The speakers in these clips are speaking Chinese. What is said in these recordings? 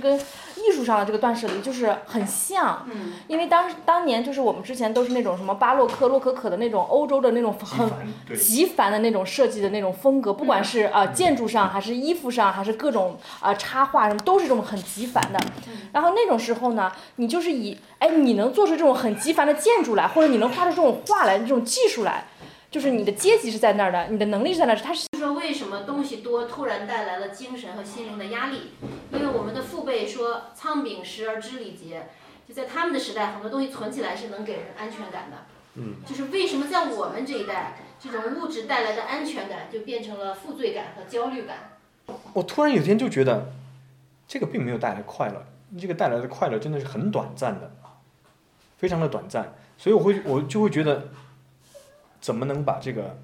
跟艺术上的这个断舍离就是很像，嗯，因为当时当年就是我们之前都是那种什么巴洛克、洛可可的那种欧洲的那种很对，极繁的那种设计的那种风格，不管是呃建筑上，还是衣服上，还是各种呃插画什么，都是这种很极繁的。然后那种时候呢，你就是以哎你能做出这种很极繁的建筑来，或者你能画出这种画来，这种技术来，就是你的阶级是在那儿的，你的能力是在那儿，它是说为什么东西多突然带来了精神和心灵的压力？因为我们的父辈说“仓廪实而知礼节”，就在他们的时代，很多东西存起来是能给人安全感的。嗯，就是为什么在我们这一代，这种物质带来的安全感就变成了负罪感和焦虑感。我突然有一天就觉得，这个并没有带来快乐，这个带来的快乐真的是很短暂的，非常的短暂，所以我会我就会觉得，怎么能把这个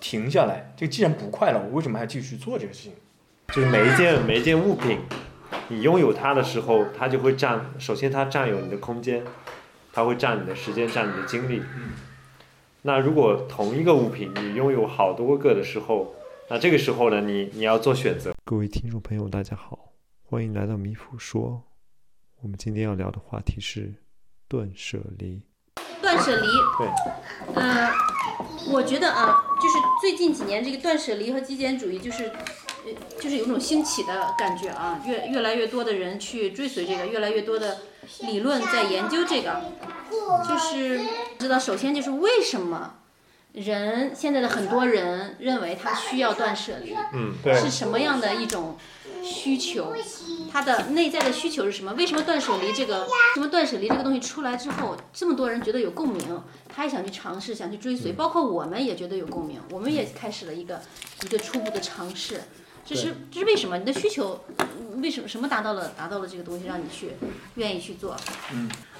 停下来？这个既然不快乐，我为什么还继续做这个事情？就是每一件每一件物品，你拥有它的时候，它就会占，首先它占有你的空间，它会占你的时间，占你的精力。嗯那如果同一个物品你拥有好多个的时候，那这个时候呢，你你要做选择。各位听众朋友，大家好，欢迎来到米普说。我们今天要聊的话题是断舍离。断舍离，对，嗯、我觉得啊，就是最近几年这个断舍离和极简主义，就是，呃，就是有一种兴起的感觉啊，越越来越多的人去追随这个，越来越多的理论在研究这个，就是知道，首先就是为什么人现在的很多人认为他需要断舍离，嗯，对是什么样的一种需求？他的内在的需求是什么？为什么断舍离这个，什么断舍离这个东西出来之后，这么多人觉得有共鸣，他也想去尝试，想去追随，包括我们也觉得有共鸣，我们也开始了一个一个初步的尝试。这是这是为什么？你的需求嗯为什么什么达到了达到了这个东西，让你去愿意去做？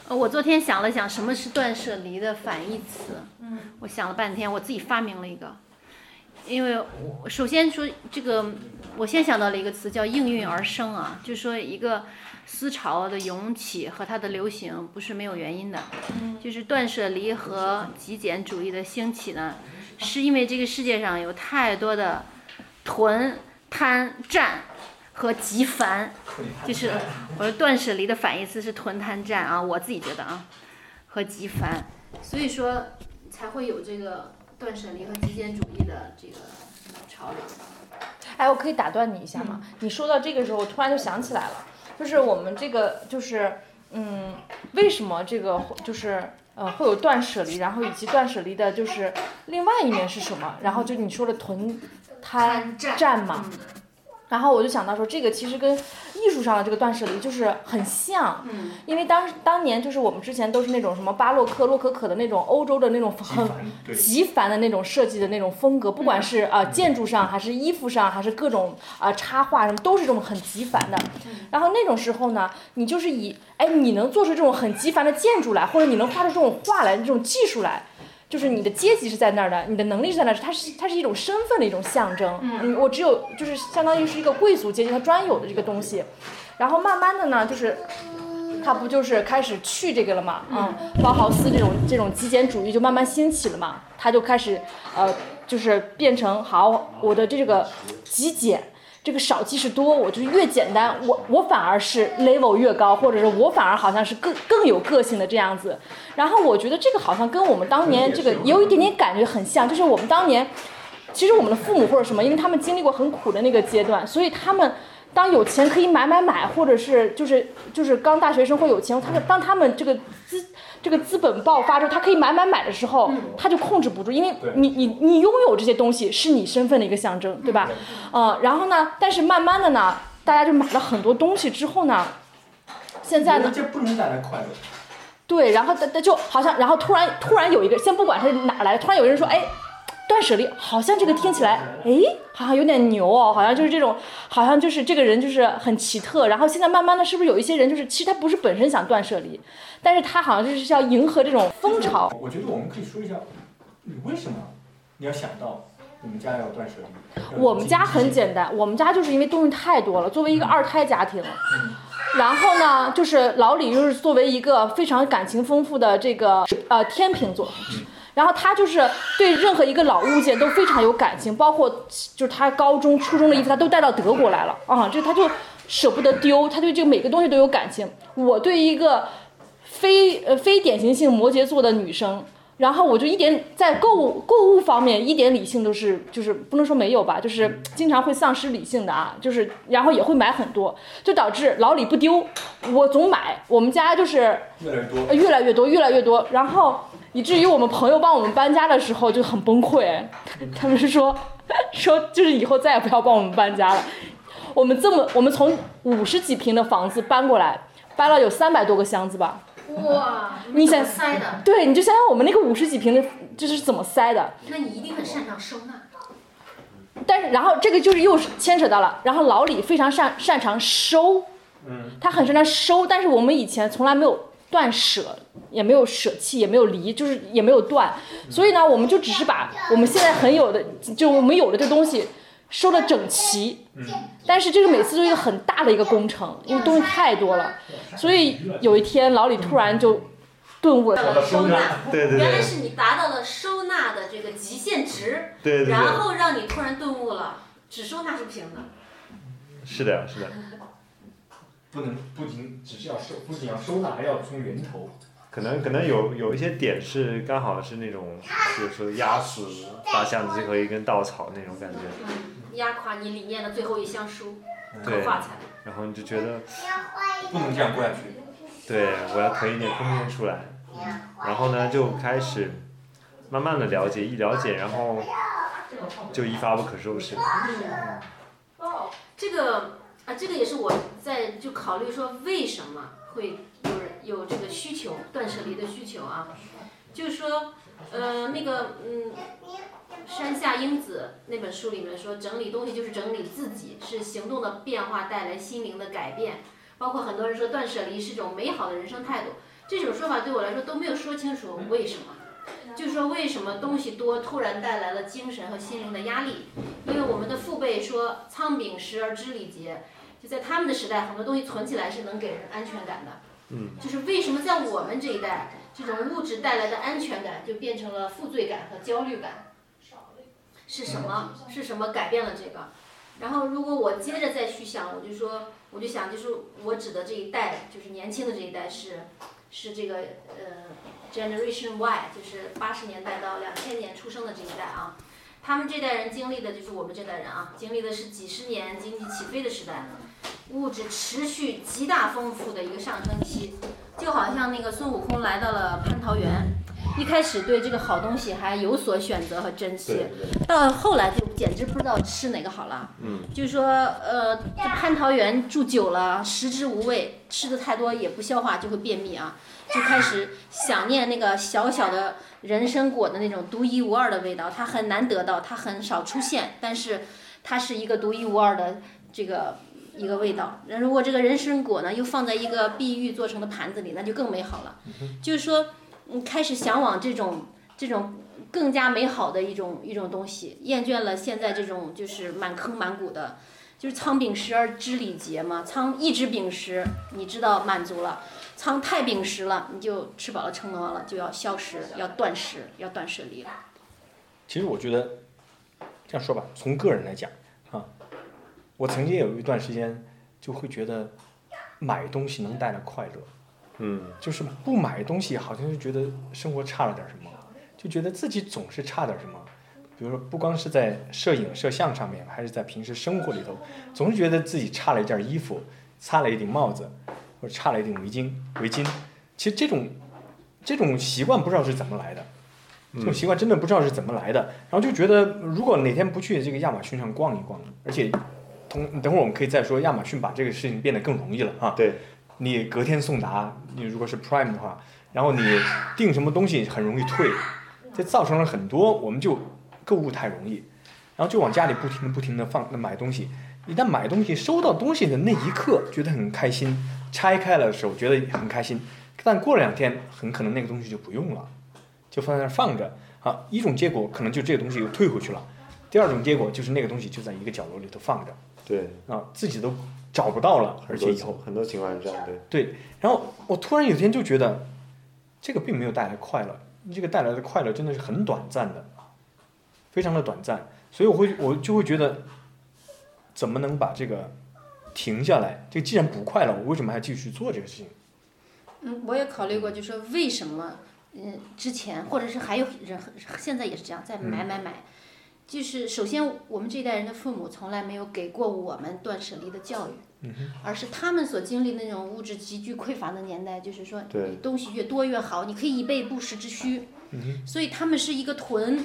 呃，我昨天想了想，什么是断舍离的反义词？嗯，我想了半天，我自己发明了一个。因为我首先说这个，我先想到了一个词叫应运而生啊，就是说一个思潮的涌起和它的流行不是没有原因的，就是断舍离和极简主义的兴起呢，是因为这个世界上有太多的囤、贪、占和极繁，就是我说断舍离的反义词是囤贪占啊，我自己觉得啊，和极繁，所以说才会有这个断舍离和极简主义的这个潮流。哎，我可以打断你一下吗？你说到这个时候，我突然就想起来了，就是我们这个就是嗯，为什么这个会就是呃会有断舍离，然后以及断舍离的就是另外一面是什么？然后就你说的囤贪占占嘛。然后我就想到说，这个其实跟艺术上的这个断舍离就是很像，嗯，因为当时当年就是我们之前都是那种什么巴洛克、洛可可的那种欧洲的那种很对，极繁的那种设计的那种风格，不管是呃建筑上，还是衣服上，还是各种呃插画什么，都是这种很极繁的。然后那种时候呢，你就是以哎你能做出这种很极繁的建筑来，或者你能画出这种画来，这种技术来。就是你的阶级是在那儿的，你的能力是在那儿，它是它是一种身份的一种象征。嗯，我只有就是相当于是一个贵族阶级它专有的这个东西，然后慢慢的呢，就是他不就是开始去这个了嘛？嗯，包豪斯这种这种极简主义就慢慢兴起了嘛，他就开始呃，就是变成好我的这个极简。这个少即是多，我就是越简单，我我反而是 level 越高，或者是我反而好像是更更有个性的这样子。然后我觉得这个好像跟我们当年这个有一点点感觉很像，就是我们当年其实我们的父母或者什么，因为他们经历过很苦的那个阶段，所以他们当有钱可以买买买，或者是就是就是刚大学生会有钱，他们当他们这个资这个资本爆发之后，他可以买买买的时候，他就控制不住，因为对你你你拥有这些东西是你身份的一个象征，对吧？嗯，然后呢，但是慢慢的呢，大家就买了很多东西之后呢，现在呢，这不能带来快乐，对，然后他他就好像，然后突然突然有一个，先不管是哪儿来的，突然有人说，哎，断舍离，好像这个听起来，哎，好像有点牛哦，好像就是这种，好像就是这个人就是很奇特。然后现在慢慢的，是不是有一些人就是，其实他不是本身想断舍离，但是他好像就是要迎合这种风潮。我觉得我们可以说一下，你为什么你要想到你们家要断舍离？要我们家很经济简单，我们家就是因为东西太多了，作为一个二胎家庭，然后呢，就是老李又是作为一个非常感情丰富的这个呃天秤座。然后他就是对任何一个老物件都非常有感情，包括就是他高中、初中的衣服，他都带到德国来了啊、这他就舍不得丢，他对这个每个东西都有感情。我对一个非呃非典型性摩羯座的女生，然后我就一点在购物购物方面一点理性都是就是不能说没有吧，就是经常会丧失理性的啊，就是然后也会买很多，就导致老李不丢，我总买。我们家就是越来越多。呃越来越多，越来越多，然后以至于我们朋友帮我们搬家的时候就很崩溃，他们是说 说就是以后再也不要帮我们搬家了。我们这么，我们从五十几平的房子搬过来，搬了有三百多个箱子吧。哇，你想怎么塞的？对，你就想想我们那个五十几平的，就是怎么塞的。那你一定很擅长收纳。但是然后这个就是又是牵扯到了，然后老李非常擅擅长收，嗯，他很擅长收，但是我们以前从来没有断舍，也没有舍弃，也没有离，就是也没有断，所以呢，我们就只是把我们现在很有的，就我们有的这东西收的整齐，嗯，但是这个每次都是一个很大的一个工程，因为东西太多了，所以有一天老李突然就顿悟了，到了收纳，对对原来对是你达到了收纳的这个极限值，对对对，然后让你突然顿悟了，只收纳是不行的。是的，是的，不能不仅只是要收，不仅要收纳，还要从源头。可能可能有有一些点是刚好是那种，比如说压死大象最后一根稻草那种感觉，嗯，压垮你理念的最后一箱书和对，画材。然后你就觉得，不能这样过下去。对我要腾一点空间出来，然后呢就开始慢慢的了解，一了解，然后就一发不可收拾。哦这个啊，这个也是我在就考虑说为什么会有人有这个需求断舍离的需求啊，就是说，呃，那个嗯，山下英子那本书里面说，整理东西就是整理自己，是行动的变化带来心灵的改变，包括很多人说断舍离是一种美好的人生态度，这种说法对我来说都没有说清楚为什么。就是说，为什么东西多突然带来了精神和心灵的压力？因为我们的父辈说“仓廪实而知礼节”，就在他们的时代，很多东西存起来是能给人安全感的。嗯，就是为什么在我们这一代，这种物质带来的安全感就变成了负罪感和焦虑感？是什么？是什么改变了这个？然后，如果我接着再去想，我就说，我就想，就是我指的这一代，就是年轻的这一代是，是这个呃，Generation Y，就是八十年代到两千年出生的这一代啊。他们这代人经历的就是我们这代人啊，经历的是几十年经济起飞的时代，物质持续极大丰富的一个上升期，就好像那个孙悟空来到了蟠桃园，一开始对这个好东西还有所选择和珍惜，对对，到后来就简直不知道吃哪个好了。嗯，就是说，呃，这蟠桃园住久了，食之无味，吃的太多也不消化，就会便秘啊，就开始想念那个小小的人参果的那种独一无二的味道，它很难得到，它很少出现，但是它是一个独一无二的这个一个味道。那如果这个人参果呢，又放在一个碧玉做成的盘子里，那就更美好了。就是说，嗯，开始向往这种这种更加美好的一种一种东西，厌倦了现在这种就是满坑满谷的，就是仓廪实而知礼节嘛。仓一直秉实，你知道满足了；仓太秉实了，你就吃饱了撑挪了，就要消食，要断食，要断舍离了。其实我觉得，这样说吧，从个人来讲啊，我曾经有一段时间就会觉得买东西能带来快乐，嗯，就是不买东西好像就觉得生活差了点什么，就觉得自己总是差点什么。比如说，不光是在摄影摄像上面，还是在平时生活里头，总是觉得自己差了一件衣服，差了一顶帽子，或者差了一顶围巾围巾。其实这种这种习惯不知道是怎么来的。这种习惯真的不知道是怎么来的，然后就觉得如果哪天不去这个亚马逊上逛一逛，而且同等会儿我们可以再说亚马逊把这个事情变得更容易了啊。对，你隔天送达，你如果是 Prime 的话，然后你订什么东西很容易退，这造成了很多我们就购物太容易，然后就往家里不停的不停的放买东西，一旦买东西收到东西的那一刻觉得很开心，拆开了的时候觉得很开心，但过了两天很可能那个东西就不用了，就放在那儿放着。啊，一种结果可能就这个东西又退回去了，第二种结果就是那个东西就在一个角落里头放着对，啊，自己都找不到了，而很多且以后很多情况是这样，对，对，然后我突然有一天就觉得，这个并没有带来快乐，这个带来的快乐真的是很短暂的，非常的短暂，所以我会我就会觉得，怎么能把这个停下来。这个既然不快乐，我为什么还继续做这个事情？嗯，我也考虑过，就说为什么，嗯，之前或者是还有人现在也是这样在嗯买买买，就是首先我们这一代人的父母从来没有给过我们断舍离的教育，嗯而是他们所经历那种物质急剧匮乏的年代，就是说对你东西越多越好，你可以以备不时之需，嗯所以他们是一个囤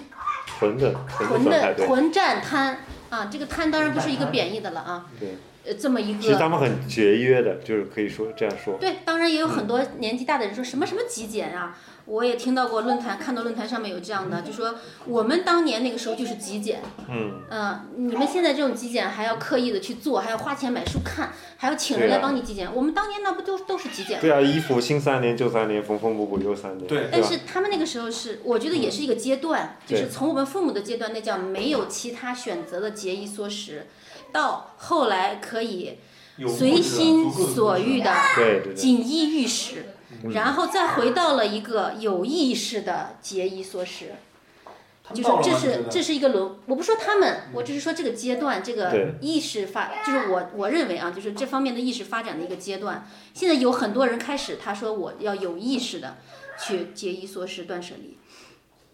囤的囤囤的状态的对囤占贪啊，这个贪当然不是一个贬义的了啊，对，呃，这么一个其实他们很节约的，就是可以说这样说，对，当然也有很多嗯年纪大的人说什么什么极简啊，我也听到过论嗯坛，看到论坛上面有这样的，就说我们当年那个时候就是极简，嗯，嗯、你们现在这种极简还要刻意的去做，还要花钱买书看，还要请人对啊来帮你极简，我们当年那不都都是极简吗？对啊，衣服新三年旧三年，缝缝补补又三年，对但吧？是他们那个时候是，我觉得也是一个阶段，就对是从我们父母的阶段，那叫没有其他选择的节衣缩食，到后来可以随心所欲的对嗯对对，锦衣玉食，然后再回到了一个有意识的节衣缩食，就是这是这是一个轮。我不说他们，我只是说这个阶段，这对个意识发，就是我我认为啊，就是这方面的意识发展的一个阶段。现在有很多人开始他说我要有意识的去节衣缩食、断舍离，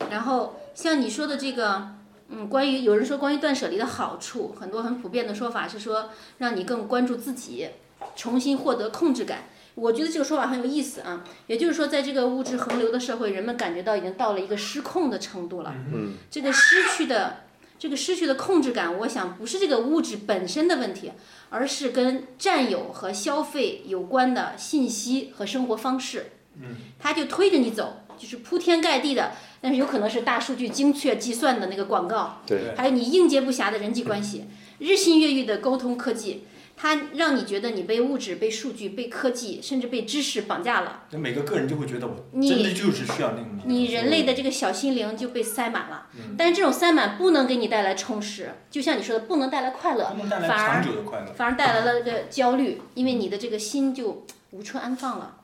然后像你说的这个。嗯，关于有人说关于断舍离的好处，很多很普遍的说法是说让你更关注自己，重新获得控制感。我觉得这个说法很有意思啊，也就是说，在这个物质横流的社会，人们感觉到已经到了一个失控的程度了。嗯，这个失去的这个失去的控制感，我想不是这个物质本身的问题，而是跟占有和消费有关的信息和生活方式。嗯，它就推着你走，就是铺天盖地的，但是有可能是大数据精确计算的那个广告。对还有你应接不暇的人际关系，日新月异的沟通科技，它让你觉得你被物质、被数据、被科技，甚至被知识绑架了。那每个个人就会觉得我你真的就是需要那种。你人类的这个小心灵就被塞满了，但是这种塞满不能给你带来充实，就像你说的，不能带来快乐不能带，来反长而久的快乐。反而带来了这个焦虑，因为你的这个心就无处安放了。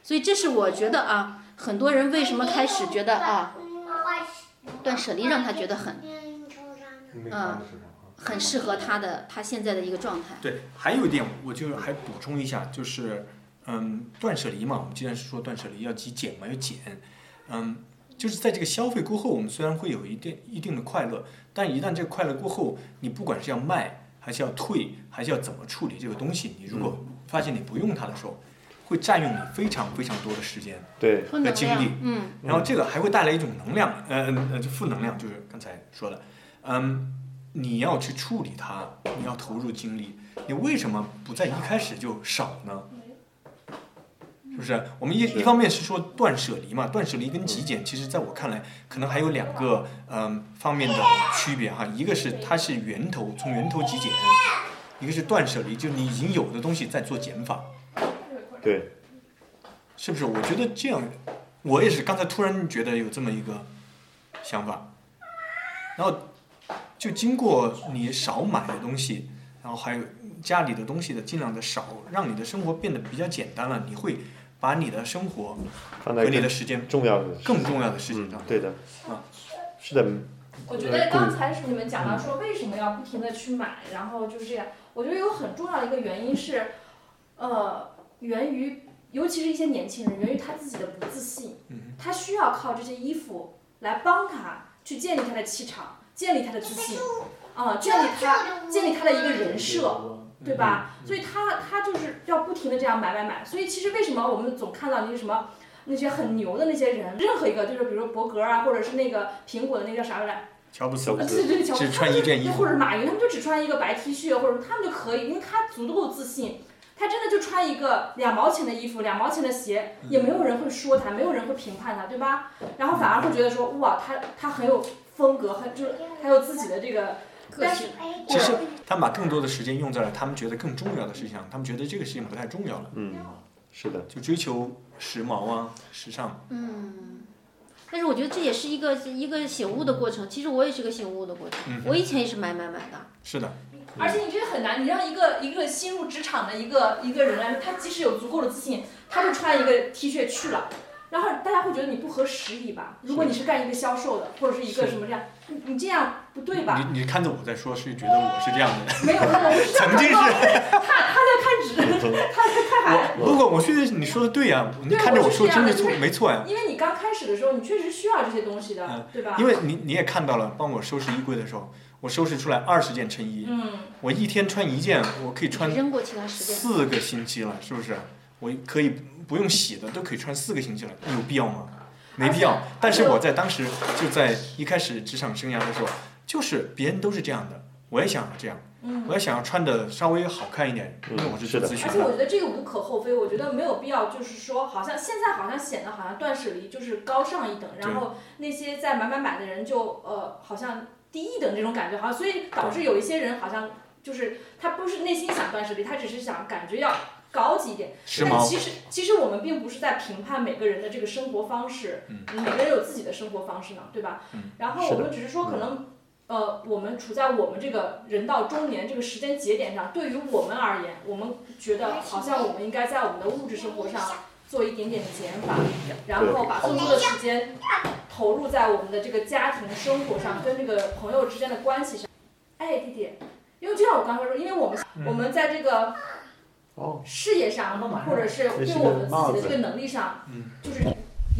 所以这是我觉得啊，很多人为什么开始觉得啊，断舍离让他觉得很嗯很适合他的他现在的一个状态。对，还有一点，我就还补充一下，就是，嗯，断舍离嘛，我们既然是说断舍离要极简嘛，要减，嗯，就是在这个消费过后，我们虽然会有一定一定的快乐，但一旦这个快乐过后，你不管是要卖，还是要退，还是要怎么处理这个东西，你如果发现你不用它的时候，会占用你非常非常多的时间，对负能经量历，嗯，然后这个还会带来一种能量，呃呃呃，就负能量，就是刚才说的，嗯，你要去处理它，你要投入精力，你为什么不在一开始就少呢？是不是？我们一是一方面是说断舍离嘛，断舍离跟极简，其实在我看来，可能还有两个嗯方面的区别哈，一个是它是源头，从源头极简，一个是断舍离，就你已经有的东西在做减法。对，是不是？我觉得这样，我也是刚才突然觉得有这么一个想法，然后就经过你少买的东西，然后还有家里的东西的尽量的少，让你的生活变得比较简单了，你会把你的生活放在和你的更时间重要的更重要的事情嗯上。，对的啊，是的，我觉得刚才是你们讲到说为什么要不停的去买，然后就是这样。我觉得有很重要的一个原因是，呃，源于尤其是一些年轻人，源于他自己的不自信嗯，他需要靠这些衣服来帮他去建立他的气场，建立他的自信，啊、建立他建立他的一个人设。对吧？所以他他就是要不停的这样买买买。所以其实为什么我们总看到那些什么那些很牛的那些人，任何一个就是比如说伯格啊，或者是那个苹果的那个叫啥来着？嗯乔布斯乔布啊，斯对对对，乔只穿一件衣就服或，者马云，他们就只穿一个白 T 恤或者他们就可以，因为他足够自信，他真的就穿一个两毛钱的衣服、两毛钱的鞋，也没有人会说他，没有人会评判他，对吧？然后反而会觉得说，哇，他他很有风格，很就是很有自己的这个，但是其实他们把更多的时间用在了他们觉得更重要的事情上，他们觉得这个事情不太重要了，嗯，是的，就追求时髦啊、时尚。嗯，但是我觉得这也是一个一个醒悟的过程。其实我也是个醒悟的过程，嗯哼我以前也是买买买的。是的，而且你这个很难，你让一个一个新入职场的一个一个人来说，他即使有足够的自信，他就穿一个 T 恤去了。然后大家会觉得你不合时宜吧？如果你是干一个销售的，或者是一个是什么这样，你你这样不对吧？你你看着我在说，是觉得我是这样 的。没有，他们不是曾经是他他在 看纸，他在看海。不过我觉得你说的对呀、你对看着我我是说这真样的的错没错呀、因为你刚开始的时候，你确实需要这些东西的，嗯对吧？因为你你也看到了，帮我收拾衣柜的时候，我收拾出来二十件衬衣，嗯，我一天穿一件，我可以穿扔过其他时间，四个星期了，是不是？我可以不用洗的都可以穿四个星期了，有必要吗？啊没必要。但是我在当时就在一开始职场生涯的时候，就是别人都是这样的，我也想要这样，嗯我也想要穿的稍微好看一点，嗯因为我是做咨询而且我的。觉得这个无可厚非，我觉得没有必要，就是说，好像现在好像显得好像断舍离就是高上一等，然后那些在买买买的人就呃好像低一等这种感觉，好像所以导致有一些人好像就是他不是内心想断舍离，他只是想感觉要高级一点。时但髦，其实其实我们并不是在评判每个人的这个生活方式，嗯每个人有自己的生活方式呢，对吧？嗯然后是的我们只是说可能。呃，我们处在我们这个人到中年这个时间节点上，对于我们而言，我们觉得好像我们应该在我们的物质生活上做一点点的减法，然后把更多的时间投入在我们的这个家庭生活上，跟这个朋友之间的关系上。哎，弟弟，因为就像我刚才说，因为我们、嗯我们在这个哦，事业上，或者是也对是我们帽自子己的这个能力上嗯，就是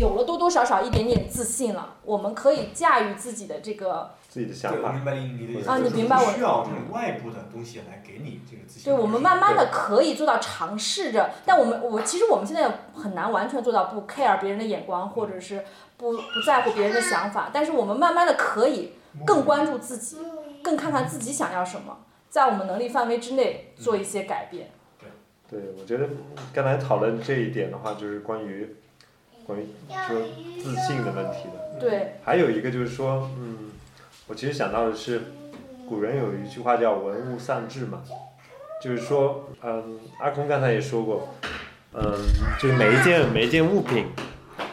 有了多多少少一点点自信了，我们可以驾驭自己的这个，自己的想法，白你的意思啊你明白我就是不需要这种外部的东西来给你这个自信对我们慢慢的可以做到尝试着，但我们我其实我们现在很难完全做到不 care 别人的眼光，或者是不不在乎别人的想法，但是我们慢慢的可以更关注自己，更看看自己想要什么，在我们能力范围之内做一些改变。对，我觉得刚才讨论这一点的话，就是关于关于说自信的问题的。嗯对，还有一个就是说，嗯，我其实想到的是，古人有一句话叫“文物丧志”嘛，就是说，嗯，阿空刚才也说过，嗯，就是每一件每一件物品，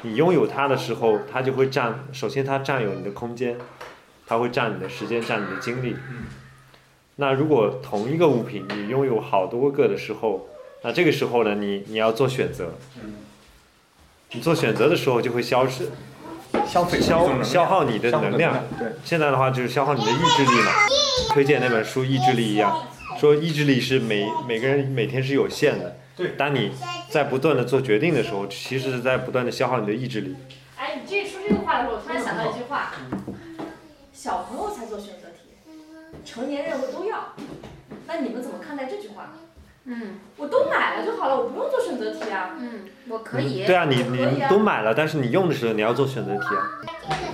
你拥有它的时候，它就会占，首先它占有你的空间，它会占你的时间，占你的精力。那如果同一个物品你拥有好多个的时候，那这个时候呢，你你要做选择。你做选择的时候就会消失，消费消消耗你的能量。对，现在的话就是消耗你的意志力嘛。推荐那本书《意志力》一样，说意志力是每每个人每天是有限的。对当你在不断的做决定的时候，其实是在不断的消耗你的意志力。哎，你这说这个话的时候，我突然想到一句话：嗯小朋友才做选择题，成年人我都要。那你们怎么看待这句话？嗯我都买了就好了，我不用做选择题啊。嗯，我可以对，啊，你可以你啊都买了，但是你用的时候你要做选择题啊。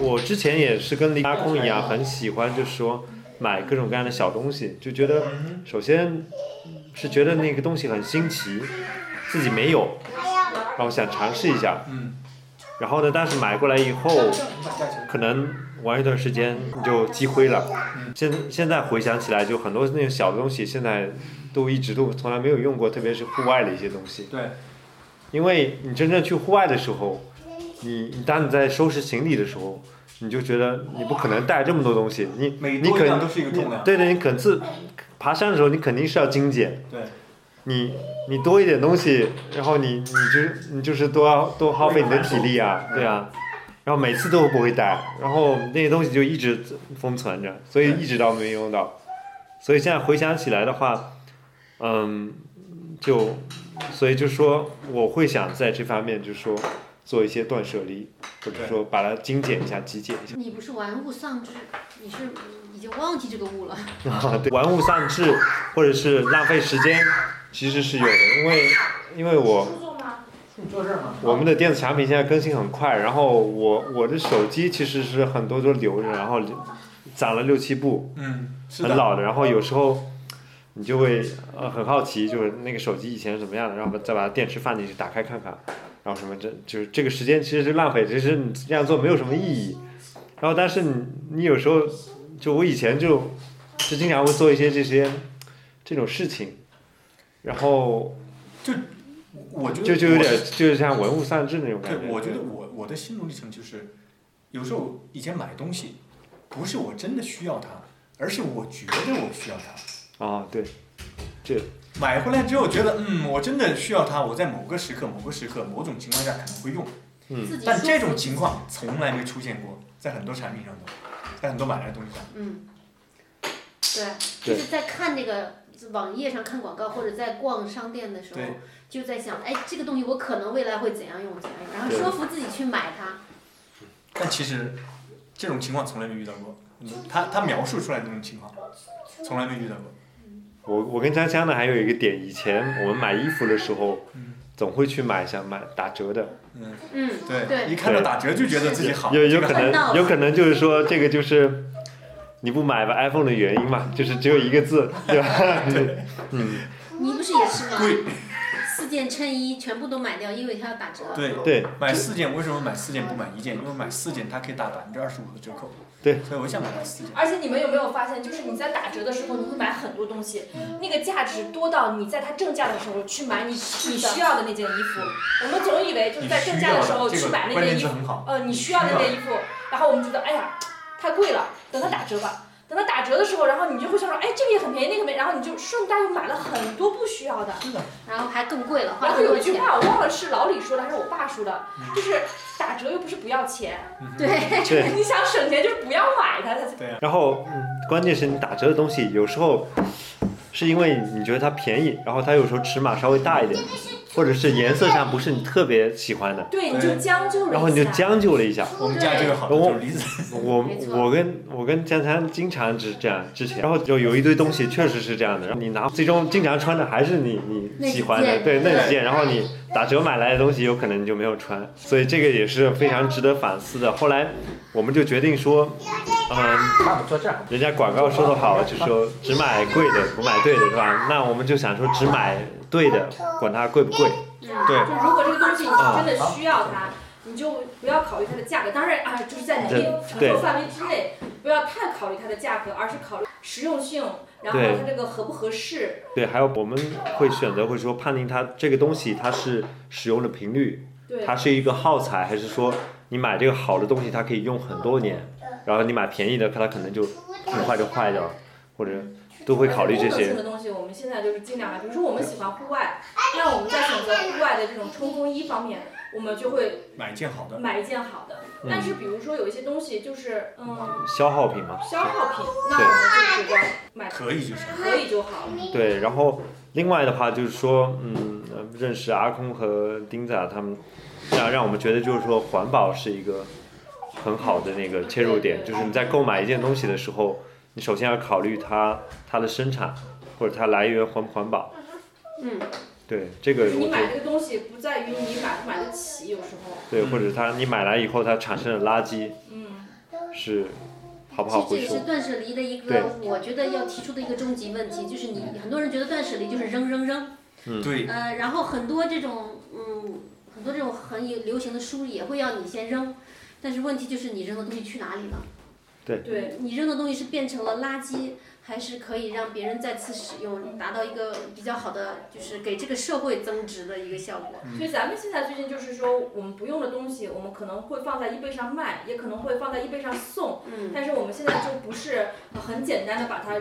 我之前也是跟李阿空一样，很喜欢就说买各种各样的小东西，就觉得首先是觉得那个东西很新奇，自己没有，然后想尝试一下。嗯，然后呢，但是买过来以后，价钱可能玩一段时间你就积灰了。现现在回想起来，就很多那种小的东西，现在都一直都从来没有用过，特别是户外的一些东西。对。因为你真正去户外的时候，你你当你在收拾行李的时候，你就觉得你不可能带这么多东西，你每你多一肯样都是一个重量。对对，你肯自爬山的时候，你肯定是要精简。对，你你多一点东西，然后你你就是你就是多要多耗费你的体力啊，对啊，然后每次都不会带，然后那些东西就一直封存着，所以一直到没用到，所以现在回想起来的话，嗯，就所以就说我会想在这方面就说做一些断舍离，或者说把它精简一下、极简一下。你不是玩物丧志，你是已经忘记这个物了。啊，对，玩物丧志或者是浪费时间，其实是有的，因为因为我坐这儿吗？我们的电子产品现在更新很快，然后我我的手机其实是很多都留着，然后攒了六七部，嗯，是很的。老的，然后有时候你就会呃很好奇，就是那个手机以前是怎么样的，然后再把电池放进去打开看看，然后什么这就是这个时间其实是浪费，其实你这样做没有什么意义。然后但是你你有时候就我以前就就经常会做一些这些这种事情，然后我觉得就就有我点是就是像文物丧志那种感对，觉。我觉得我我的心路历程就是，有时候以前买东西，不是我真的需要它，而是我觉得我需要它。啊、对。买回来之后觉得，嗯，我真的需要它，我在某个时刻、某个时刻、某种情况下可能会用。嗯自己但舒这服种自情己况从来没出现过，在很多产品上都，在很多买来的东西上。嗯，对，就是在看那个网页上看广告，或者在逛商店的时候对，就在想，哎，这个东西我可能未来会怎样用，怎样用，然后对说服自己去买它。但其实这种情况从来没遇到过，嗯他他描述出来的这种情况，从来没遇到过。我我跟江江呢还有一个点，以前我们买衣服的时候，总会去买想买打折的，嗯，嗯，对，对一看到打折就觉得自己好，有有这个可哦很闹能腾有可能就是说这个就是你不买吧 iPhone 的原因嘛，就是只有一个字，对吧？ 嗯，你不是也是吗？贵，四件衬衣全部都买掉，因为它要打折。对，对，买四件为什么买四件不买一件？因为买四件它可以打百分之二十五的折扣。对，所以我想买四件。而且你们有没有发现，就是你在打折的时候，你会买很多东西，嗯那个价值多到你在它正价的时候去买你你需要的那件衣服。我们总以为就是在正价的时候你去需要买那的这个关件键衣词服，很好。呃，你需要的那件衣服，然后我们觉得哎呀太贵了，等它打折吧。等它打折的时候，然后你就会想说，哎，这个也很便宜，那个没，然后你就顺带又买了很多不需要的。然后还更贵了，花然后更有多一句钱。话我忘了是老李说的还是我爸说的，就是打折又不是不要钱，对，嗯对。你想省钱就是不要买它，它才然后、嗯、关键是你打折的东西，有时候是因为你觉得它便宜，然后它有时候尺码稍微大一点，或者是颜色上不是你特别喜欢的，对，你就将就了一下。然后你就将就了一下。我们家这个好的就是梨子，我没错我跟我跟江山经常是这样，之前然后就有一堆东西确实是这样的，然后你拿最终经常穿的还是你那你几喜欢的，件对那对几件，然后你打折买来的东西有可能你就没有穿，所以这个也是非常值得反思的。后来我们就决定说，嗯，爸爸坐这儿，人家广告说的好，就说只买贵的，不买对的，是吧？那我们就想说只买对的，管它贵不贵。嗯对就如果这个东西你是真的啊需要它，你就不要考虑它的价格。当然啊，就是在你一定承受范围之内，不要太考虑它的价格，而是考虑实用性，然后对它这个合不合适。对，还有我们会选择会说判定它这个东西它是使用的频率，对，它是一个耗材，还是说你买这个好的东西它可以用很多年，然后你买便宜的它可能就很快就坏掉了，或者都会考虑功这能性些。的东西，我们现在就是尽量，啊比如说我们喜欢户外，那我们在选择户外的这种冲锋衣方面，我们就会买一件好的。嗯买一件好的。但是比如说有一些东西就是嗯消耗品嘛，消耗品，那我们就觉得买可以就是，可以就好了。对，然后另外的话就是说，嗯，呃认识阿空和丁仔他们，让让我们觉得就是说环保是一个很好的那个切入点，就是你在购买一件东西的时候，你首先要考虑它它的生产或者它来源环不环保。嗯，对，这个就是你我觉买得这个东西不在于你买不买得起，有时候，对，或者它你买来以后它产生的垃圾嗯，是好不好其实这回也收是？断舍离的一对个，我觉得要提出的一个终极问题，就是你很多人觉得断舍离就是扔扔扔，对，呃，然后很多这种嗯，很多这种很有流行的书也会要你先扔，但是问题就是你扔的东西去哪里了？对，你扔的东西是变成了垃圾，还是可以让别人再次使用，达到一个比较好的，就是给这个社会增值的一个效果？所以咱们现在最近就是说，我们不用的东西，我们可能会放在易贝上卖，也可能会放在易贝上送，嗯但是我们现在就不是呃很简单的把它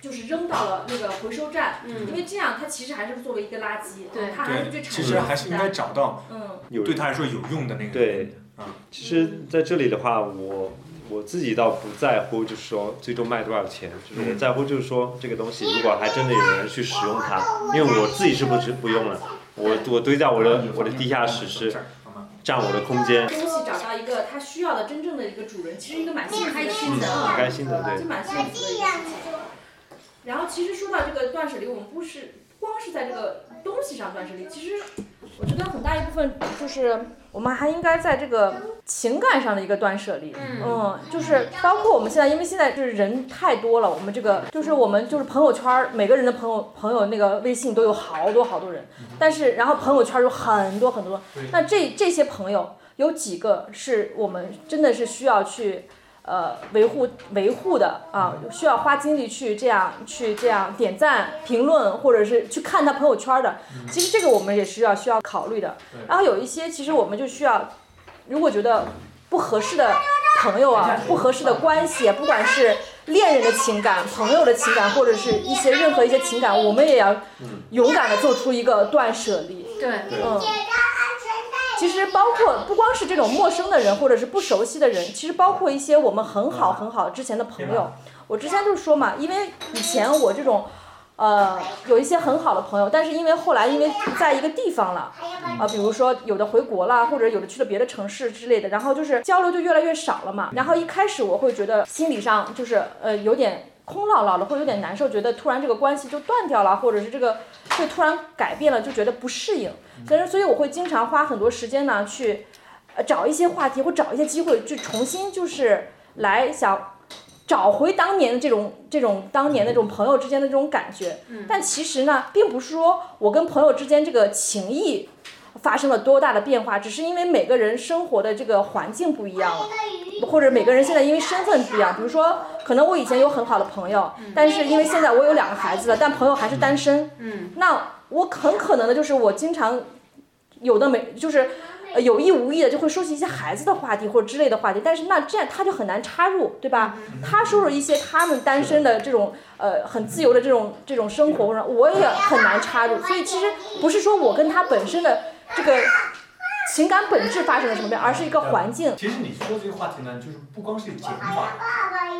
就是扔到了那个回收站，嗯因为这样它其实还是作为一个垃圾，对它还是对，去其产实生还是应该找到嗯，有对他来说有用的那个。对，啊，其实在这里的话，我我自己倒不在乎，就是说最终卖多少钱，就是我在乎就是说这个东西如果还真的有人去使用它，因为我自己是不是不用了，我我堆在我的我的地下室是这儿好吗占我的空间，东西找到一个它需要的真正的一个主人，其实一个蛮幸福开的事心情啊的，很嗯开心的就对。蛮幸福的一个事情。然后其实说到这个断舍离，我们不是不光是在这个东西上断舍离，其实我觉得很大一部分就是我们还应该在这个情感上的一个断舍离。嗯，嗯，就是包括我们现在，因为现在就是人太多了，我们这个就是我们就是朋友圈儿，每个人的朋友朋友那个微信都有好多好多人，但是然后朋友圈儿有很多很多对，那这这些朋友有几个是我们真的是需要去。呃，维护维护的啊，需要花精力去这样去这样点赞、评论，或者是去看他朋友圈儿的。其实这个我们也是要需要考虑的。然后有一些，其实我们就需要，如果觉得不合适的朋友啊，不合适的关系，啊不管是恋人的情感、朋友的情感，或者是一些任何一些情感，我们也要勇敢的做出一个断舍离。对，嗯，其实包括不光是这种陌生的人或者是不熟悉的人，其实包括一些我们很好很好之前的朋友。我之前就是说嘛，因为以前我这种，呃，有一些很好的朋友，但是因为后来因为不在一个地方了，啊、比如说有的回国啦，或者有的去了别的城市之类的，然后就是交流就越来越少了嘛。然后一开始我会觉得心理上就是呃有点空落落的，会有点难受，觉得突然这个关系就断掉了，或者是这个会突然改变了，就觉得不适应。但是所以我会经常花很多时间呢去，呃找一些话题或找一些机会去重新就是来想。找回当年的这种这种当年的这种朋友之间的这种感觉，但其实呢，并不是说我跟朋友之间这个情谊发生了多大的变化，只是因为每个人生活的这个环境不一样了，或者每个人现在因为身份不一样，比如说，可能我以前有很好的朋友，但是因为现在我有两个孩子了，但朋友还是单身，嗯，那我很可能的就是我经常有的没就是。呃有意无意的就会说起一些孩子的话题或者之类的话题，但是那这样他就很难插入，对吧？他说了一些他们单身的这种呃很自由的这种这种生活，或者我也很难插入，所以其实不是说我跟他本身的这个情感本质发生了什么变化，而是一个环境。其实你说这个话题呢，就是不光是有减法，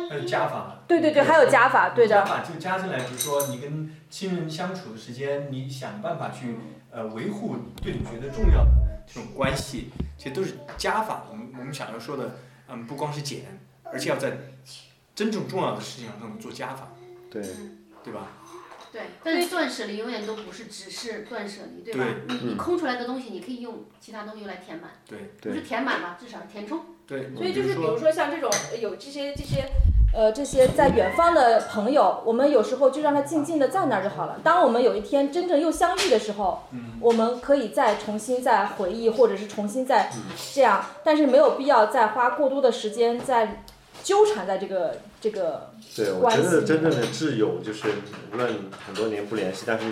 还有加法了。对对对，还有加法，啊对加的，法就加进来，就是说你跟亲人相处的时间，你想办法去呃维护对你觉得重要的这种关系，其实都是加法。我们我们想要说的，嗯，不光是减，而且要在真正重要的事情上能做加法，对，对吧？对，但是断舍离永远都不是只是断舍离，对吧？你你嗯空出来的东西，你可以用其他东西来填满，对对不是填满吧，至少是填充。对，所以就是比比如如说说像这种呃有这些这些。呃，这些在远方的朋友，我们有时候就让他静静的在那儿就好了。当我们有一天真正又相遇的时候，嗯，我们可以再重新再回忆，或者是重新再这样，但是没有必要再花过多的时间再纠缠在这个这个。对，我关觉得系真正的挚友就是，无论很多年不联系，但是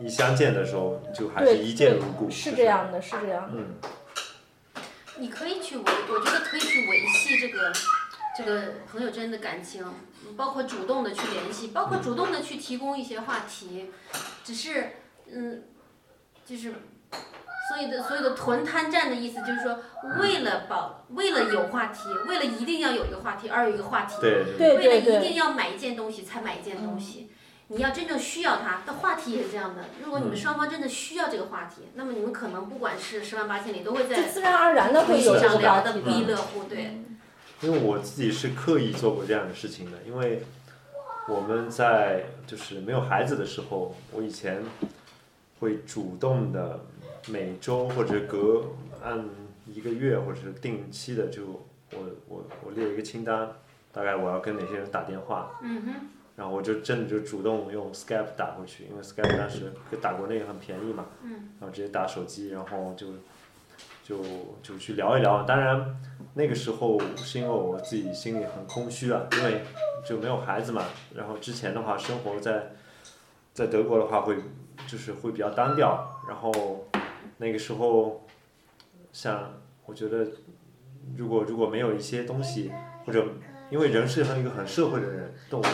你一相见的时候，就还是对一见如故。是就这。样的，是这样的。嗯，你可以去维，我觉得可以去维系这个这个朋友之间的感情，嗯包括主动的去联系，包括主动的去提供一些话题，只是嗯，就是。所以的所有的屯滩战的意思就是说，为了保，为了有话题，为了一定要有一个话题而有一个话题，对，对为了对一对，嗯定要买一件东西才买一件东西。你要真正需要它，的话题也是这样的。如果你们双方真的需要这个话题，那么你们可能不管是十万八千里，都会就在自然而然的微会有信这上个聊话得题不亦乐乎。对，嗯因为我自己是刻意做过这样的事情的，因为我们在就是没有孩子的时候，我以前会主动的每周或者隔按一个月或者是定期的就我我我列一个清单，大概我要跟哪些人打电话，嗯哼，然后我就真的就主动用 Skype 打过去，因为 Skype 当时打国内很便宜嘛，嗯然后直接打手机，然后就就就去聊一聊。当然那个时候是因为我自己心里很空虚啊，因为就没有孩子嘛。然后之前的话，生活在在德国的话会就是会比较单调，然后那个时候像我觉得如果如果没有一些东西或者因为人是很一个很社会的人动物，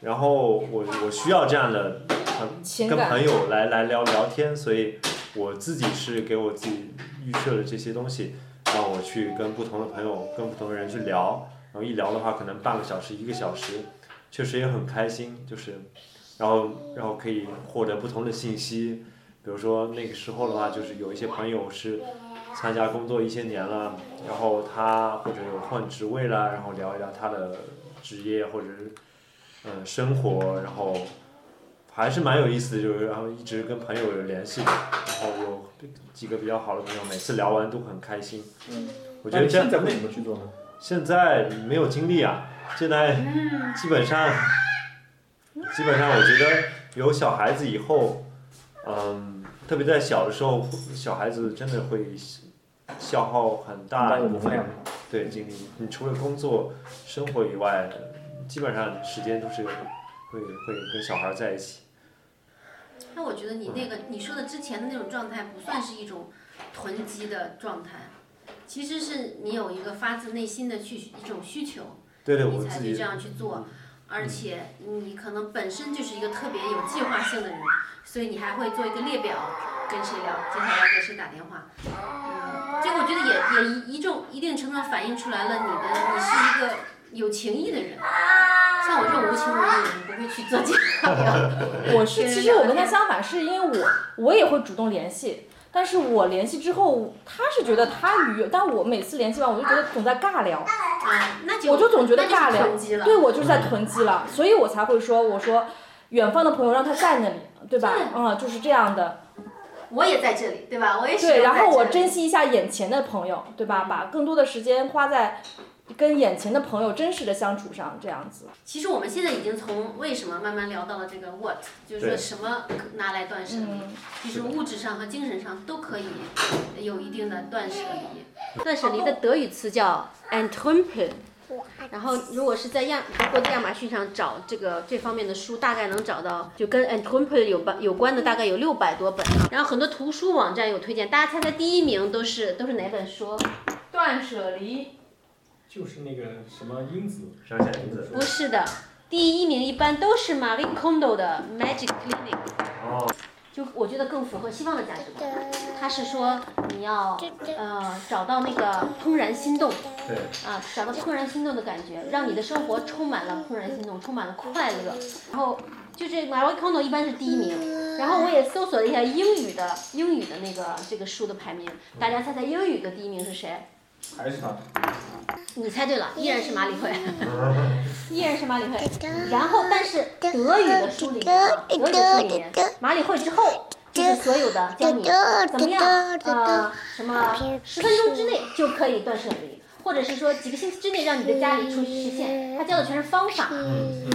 然后我我需要这样的很情跟感朋友来来聊聊天，所以我自己是给我自己预设了这些东西，然后我去跟不同的朋友、跟不同的人去聊，然后一聊的话可能半个小时、一个小时，确实也很开心，就是然后然后可以获得不同的信息，比如说那个时候的话，就是有一些朋友是参加工作一些年了，然后他或者有换职位了，然后聊一聊他的职业或者是呃生活，然后还是蛮有意思的，就是然后一直跟朋友有联系，然后有几个比较好的朋友，每次聊完都很开心。我觉得这样现在为什么去做呢？现在没有精力啊，现在嗯基本上，基本上我觉得有小孩子以后，嗯，特别在小的时候，小孩子真的会消耗很大一部分对精力。你除了工作、生活以外，基本上时间都是会会跟小孩在一起。那我觉得你那个你说的之前的那种状态，不算是一种囤积的状态，其实是你有一个发自内心的去一种需求。对对，我你才自去这己嗯样去做，而且你可能本身就是一个特别有计划性的人，所以你还会做一个列表，跟谁聊，接下来要给谁打电话。嗯，这个我觉得也也一一种一定程度上反映出来了你的你是一个有情义的人。像我这种无情无义的人，不会去做这 样。我是其实我跟他相反，是因为我我也会主动联系，但是我联系之后，他是觉得他愉悦，但我每次联系完，我就觉得总在尬聊，嗯，那就我就总觉得那尬就是聊囤积了。对我就是在囤积了，所以我才会说我说远方的朋友让他在那里，对吧对？嗯，就是这样的。我也在这里，对吧？我也是。对，然后我珍。惜一下眼前的朋友，对吧？把更多的时间花在跟眼前的朋友真实的相处上，这样子。其实我们现在已经从为什么慢慢聊到了这个 what，就是说对什么可拿来断舍离。嗯，其实物质上和精神上都可以有一定的断舍离。断舍离的德语词叫 e n t r ü m p e n 然后如果是在亚，包括在亚马逊上找这个这方面的书，大概能找到就跟 e n t r ü m p e n 有关有关的大概有六百多本。啊然后很多图书网站有推荐，大家猜猜第一名都是都是哪本书？断舍离，就是那个什么因子，上下银子。不是的，第一名一般都是 Marie Kondo 的 Magic Clinic，哦， 就我觉得更符合西方的价值观。他是说你要呃找到那个怦然心动对，啊，找到怦然心动的感觉，让你的生活充满了怦然心动，充满了快乐。然后就这 Marie Kondo 一般是第一名，然后我也搜索了一下英语的英语的那个这个书的排名，大家猜猜英语的第一名是谁？还是他，你猜对了，依然是马里会，依然是马里会。然后，但是德语的书里面啊，德语的书里面，马里会之后就是所有的教你怎么样，呃，什么十分钟之内就可以断舍离，或者是说几个星期之内让你的家里出去实现，他教的全是方法。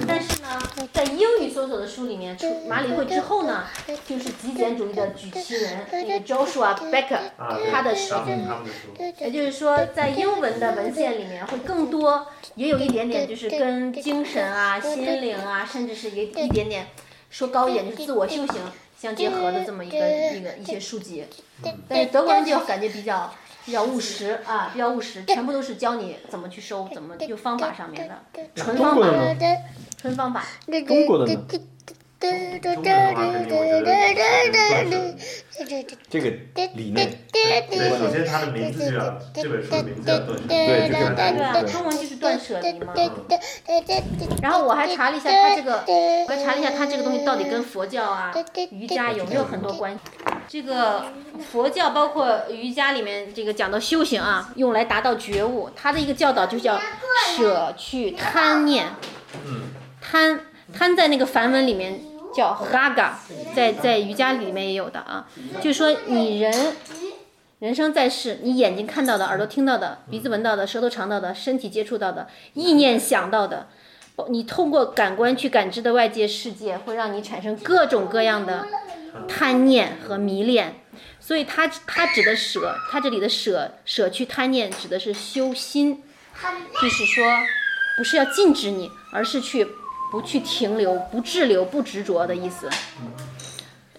但是呢，在英语搜索的书里面，出马里会之后呢，就是极简主义的举旗人那个 Joshua Becker，啊对，他的书他们他们的书，也就是说，在英文的文献里面会更多，也有一点点就是跟精神啊、心灵啊，甚至是也一点点说高一点就是自我修行相结合的这么一个一个一些书籍。但是德国人就感觉比 较比较务实啊，比较务实，全部都是教你怎么去收，怎么就方法上面的纯中方国的法，呢？纯方法。中国的中呢？国的话肯定我觉得这个理念，对，首先它的名字就要，这本书的名字叫断舍离，对这个对啊，对中文就是断舍离嘛。然后我还查了一下它这个，我还查了一下它这个东西到底跟佛教啊、瑜伽有没有很多关系。这个佛教包括瑜伽里面这个讲到修行啊，用来达到觉悟，它的一个教导就叫舍去贪念。贪贪在那个梵文里面叫 raga，在在瑜伽里面也有的啊，就是说你人。人生在世，你眼睛看到的、耳朵听到的、鼻子闻到的、舌头尝到的、身体接触到的、意念想到的，不你通过感官去感知的外界世界，会让你产生各种各样的贪念和迷恋。所以它它指的舍，它这里的舍舍去贪念指的是修心，就是说不是要禁止你，而是去不去停留、不滞留、不执着的意思。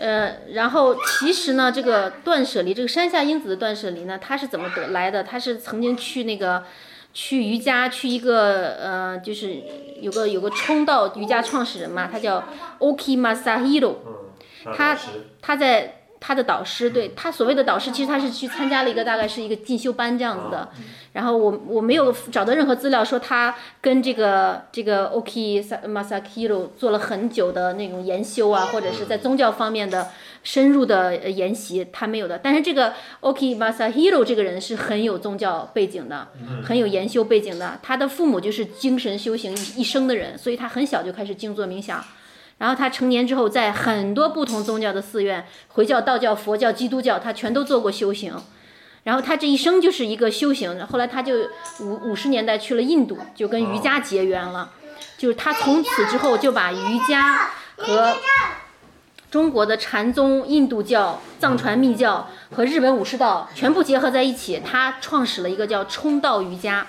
呃，然后其实呢，这个断舍离，这个山下英子的断舍离呢，它是怎么得来的？它是曾经去那个去瑜伽，去一个呃，就是有个有个冲到瑜伽创始人嘛，他叫 Oki Masahiro，嗯，他老师他在他的导师，对他所谓的导师，其实他是去参加了一个大概是一个进修班这样子的。然后我我没有找到任何资料说他跟这个这个 Oki Sa- Masakiro 做了很久的那种研修啊，或者是在宗教方面的深入的呃研习，他没有的。但是这个 Oki Masahiro 这个人是很有宗教背景的，很有研修背景的。他的父母就是精神修行一一生的人，所以他很小就开始静坐冥想。然后他成年之后，在很多不同宗教的寺院，回教、道教、佛教、基督教，他全都做过修行。然后他这一生就是一个修行。后来他就五五十年代去了印度，就跟瑜伽结缘了。就是他从此之后就把瑜伽和中国的禅宗、印度教、藏传密教和日本武士道全部结合在一起，他创始了一个叫冲道瑜伽。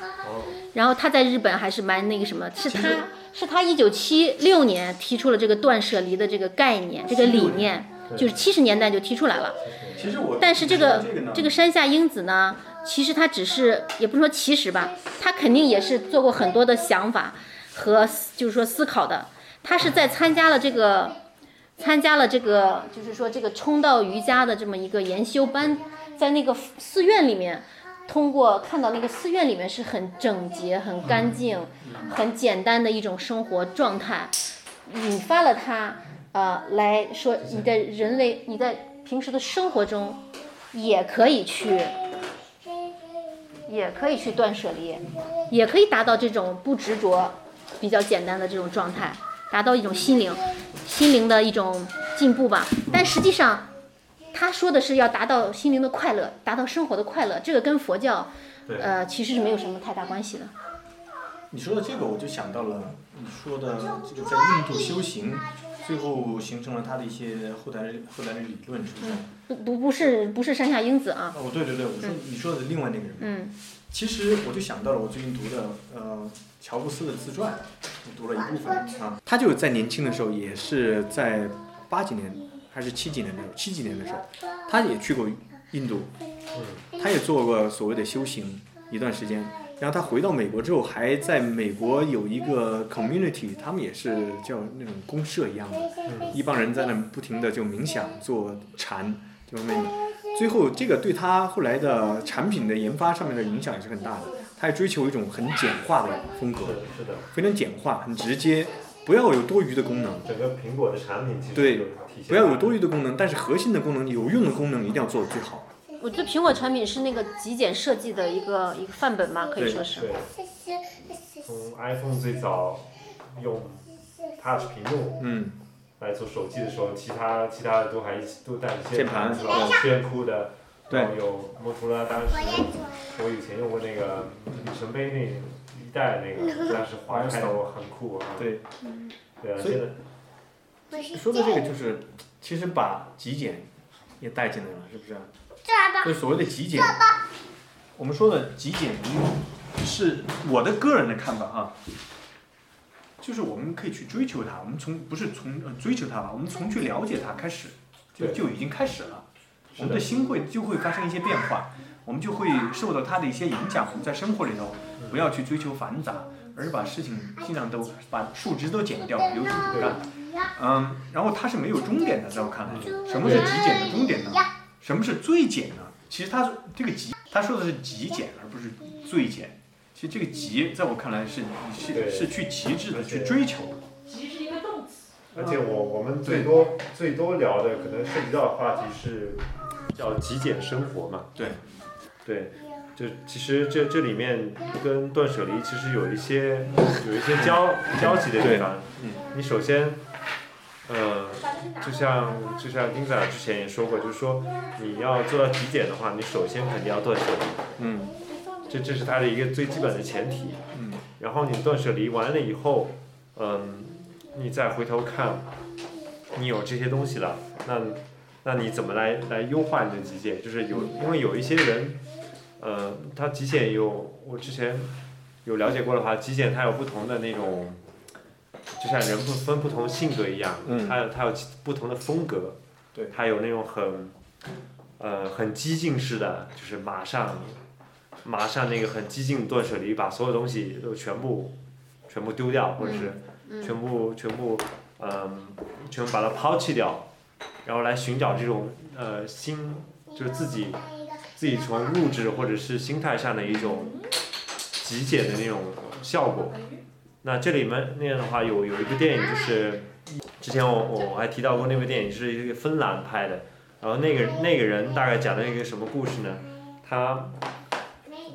然后他在日本还是蛮那个什么，是他是他一九七六年提出了这个断舍离的这个概念、这个理念，就是七十年代就提出来了。其实我但是这个个这个山下英子呢，其实她只是也不是说其实吧，她肯定也是做过很多的想法和思就是说思考的。她是在参加了这个参加了这个，就是说这个冲道瑜伽的这么一个研修班，在那个寺院里面，通过看到那个寺院里面是很整洁、很干净、很简单的一种生活状态，引发了他呃来说你在人类你在平时的生活中也可以去。也可以去断舍离，也可以达到这种不执着、比较简单的这种状态，达到一种心灵、心灵的一种进步吧。但实际上，他说的是要达到心灵的快乐，达到生活的快乐，这个跟佛教，呃，其实是没有什么太大关系的。你说到这个，我就想到了你说的这个在印度修行，最后形成了他的一些后来后来的理论，是不是？不不不是不是山下英子啊，哦，对对对，我说你说的另外那个人，嗯其实我就想到了我最近读的呃乔布斯的自传，我读了一部分啊。他就在年轻的时候，也是在八几年还是七几年的时候，七几年的时候，他也去过印度，他也做过所谓的修行一段时间。然后他回到美国之后，还在美国有一个 community，他们也是叫那种公社一样的，一帮人在那不停的就冥想、做禅这方面的。最后，这个对他后来的产品的研发上面的影响也是很大的。他也追求一种很简化的风格，是的，非常简化、很直接，不要有多余的功能，整个苹果的产品其实对有体现不要有多余的功能，但是核心的功能、有用的功能一定要做得最好。我觉得苹果产品是那个极简设计的一个一个范本嘛，可以说是对，从 iPhone 最早用 Touch 屏幕嗯，来做手机的时候，其他其他的都还一起都带着键盘盘是吧？有炫酷的，对然后有摩托罗拉，当时我以前用过那个里程碑那一代那个，当时划开的我很酷啊。对。对啊，所以现在说到这个，就是其实把极简也带进来了，是不是啊？ 就是所谓的极简，我们说的极简是我的个人的看法啊，就是我们可以去追求它，我们从不是从、呃、追求它吧，我们从去了解它开始，就对就已经开始了，我是们的的，心会就会发生一些变化，我们就会受到它的一些影响。我们在生活里头不要去追求繁杂，而是把事情尽量都把数值都减掉，留土不让。嗯，然后它是没有终点的，在我看来，什么是极简的终点呢？什么是最简呢？其实他说这个极，他说的是极简，而不是最简。其实这个极，在我看来是对是是去极致的去追求。其实是一个动词。而且我嗯我们最多最多聊的可能涉及到的话题是叫极简生活嘛。对，对，就其实这这里面跟断舍离其实有一些有一些交交集的地方。嗯，你首先，呃，就像就像丁仔之前也说过，就是说你要做到极简的话，你首先肯定要断舍离，嗯这这是它的一个最基本的前提。嗯，然后你断舍离完了以后，嗯，你再回头看，你有这些东西了，那那你怎么来来优化你的极简？就是有，因为有一些人，呃，他极简有我之前有了解过的话，极简它有不同的那种，就像人不分不同性格一样，嗯它有它有其不同的风格，对它有那种很，呃，很激进式的，就是马上。马上那个很激进的断舍离，把所有东西都全部全部丢掉，或者是全部全部嗯全部把它抛弃掉，然后来寻找这种呃新就是自己自己从物质或者是心态上的一种极简的那种效果。那这里面那样的话有有一部电影就是之前我我我还提到过那部电影是一个芬兰拍的，然后那个那个人大概讲了一个什么故事呢？他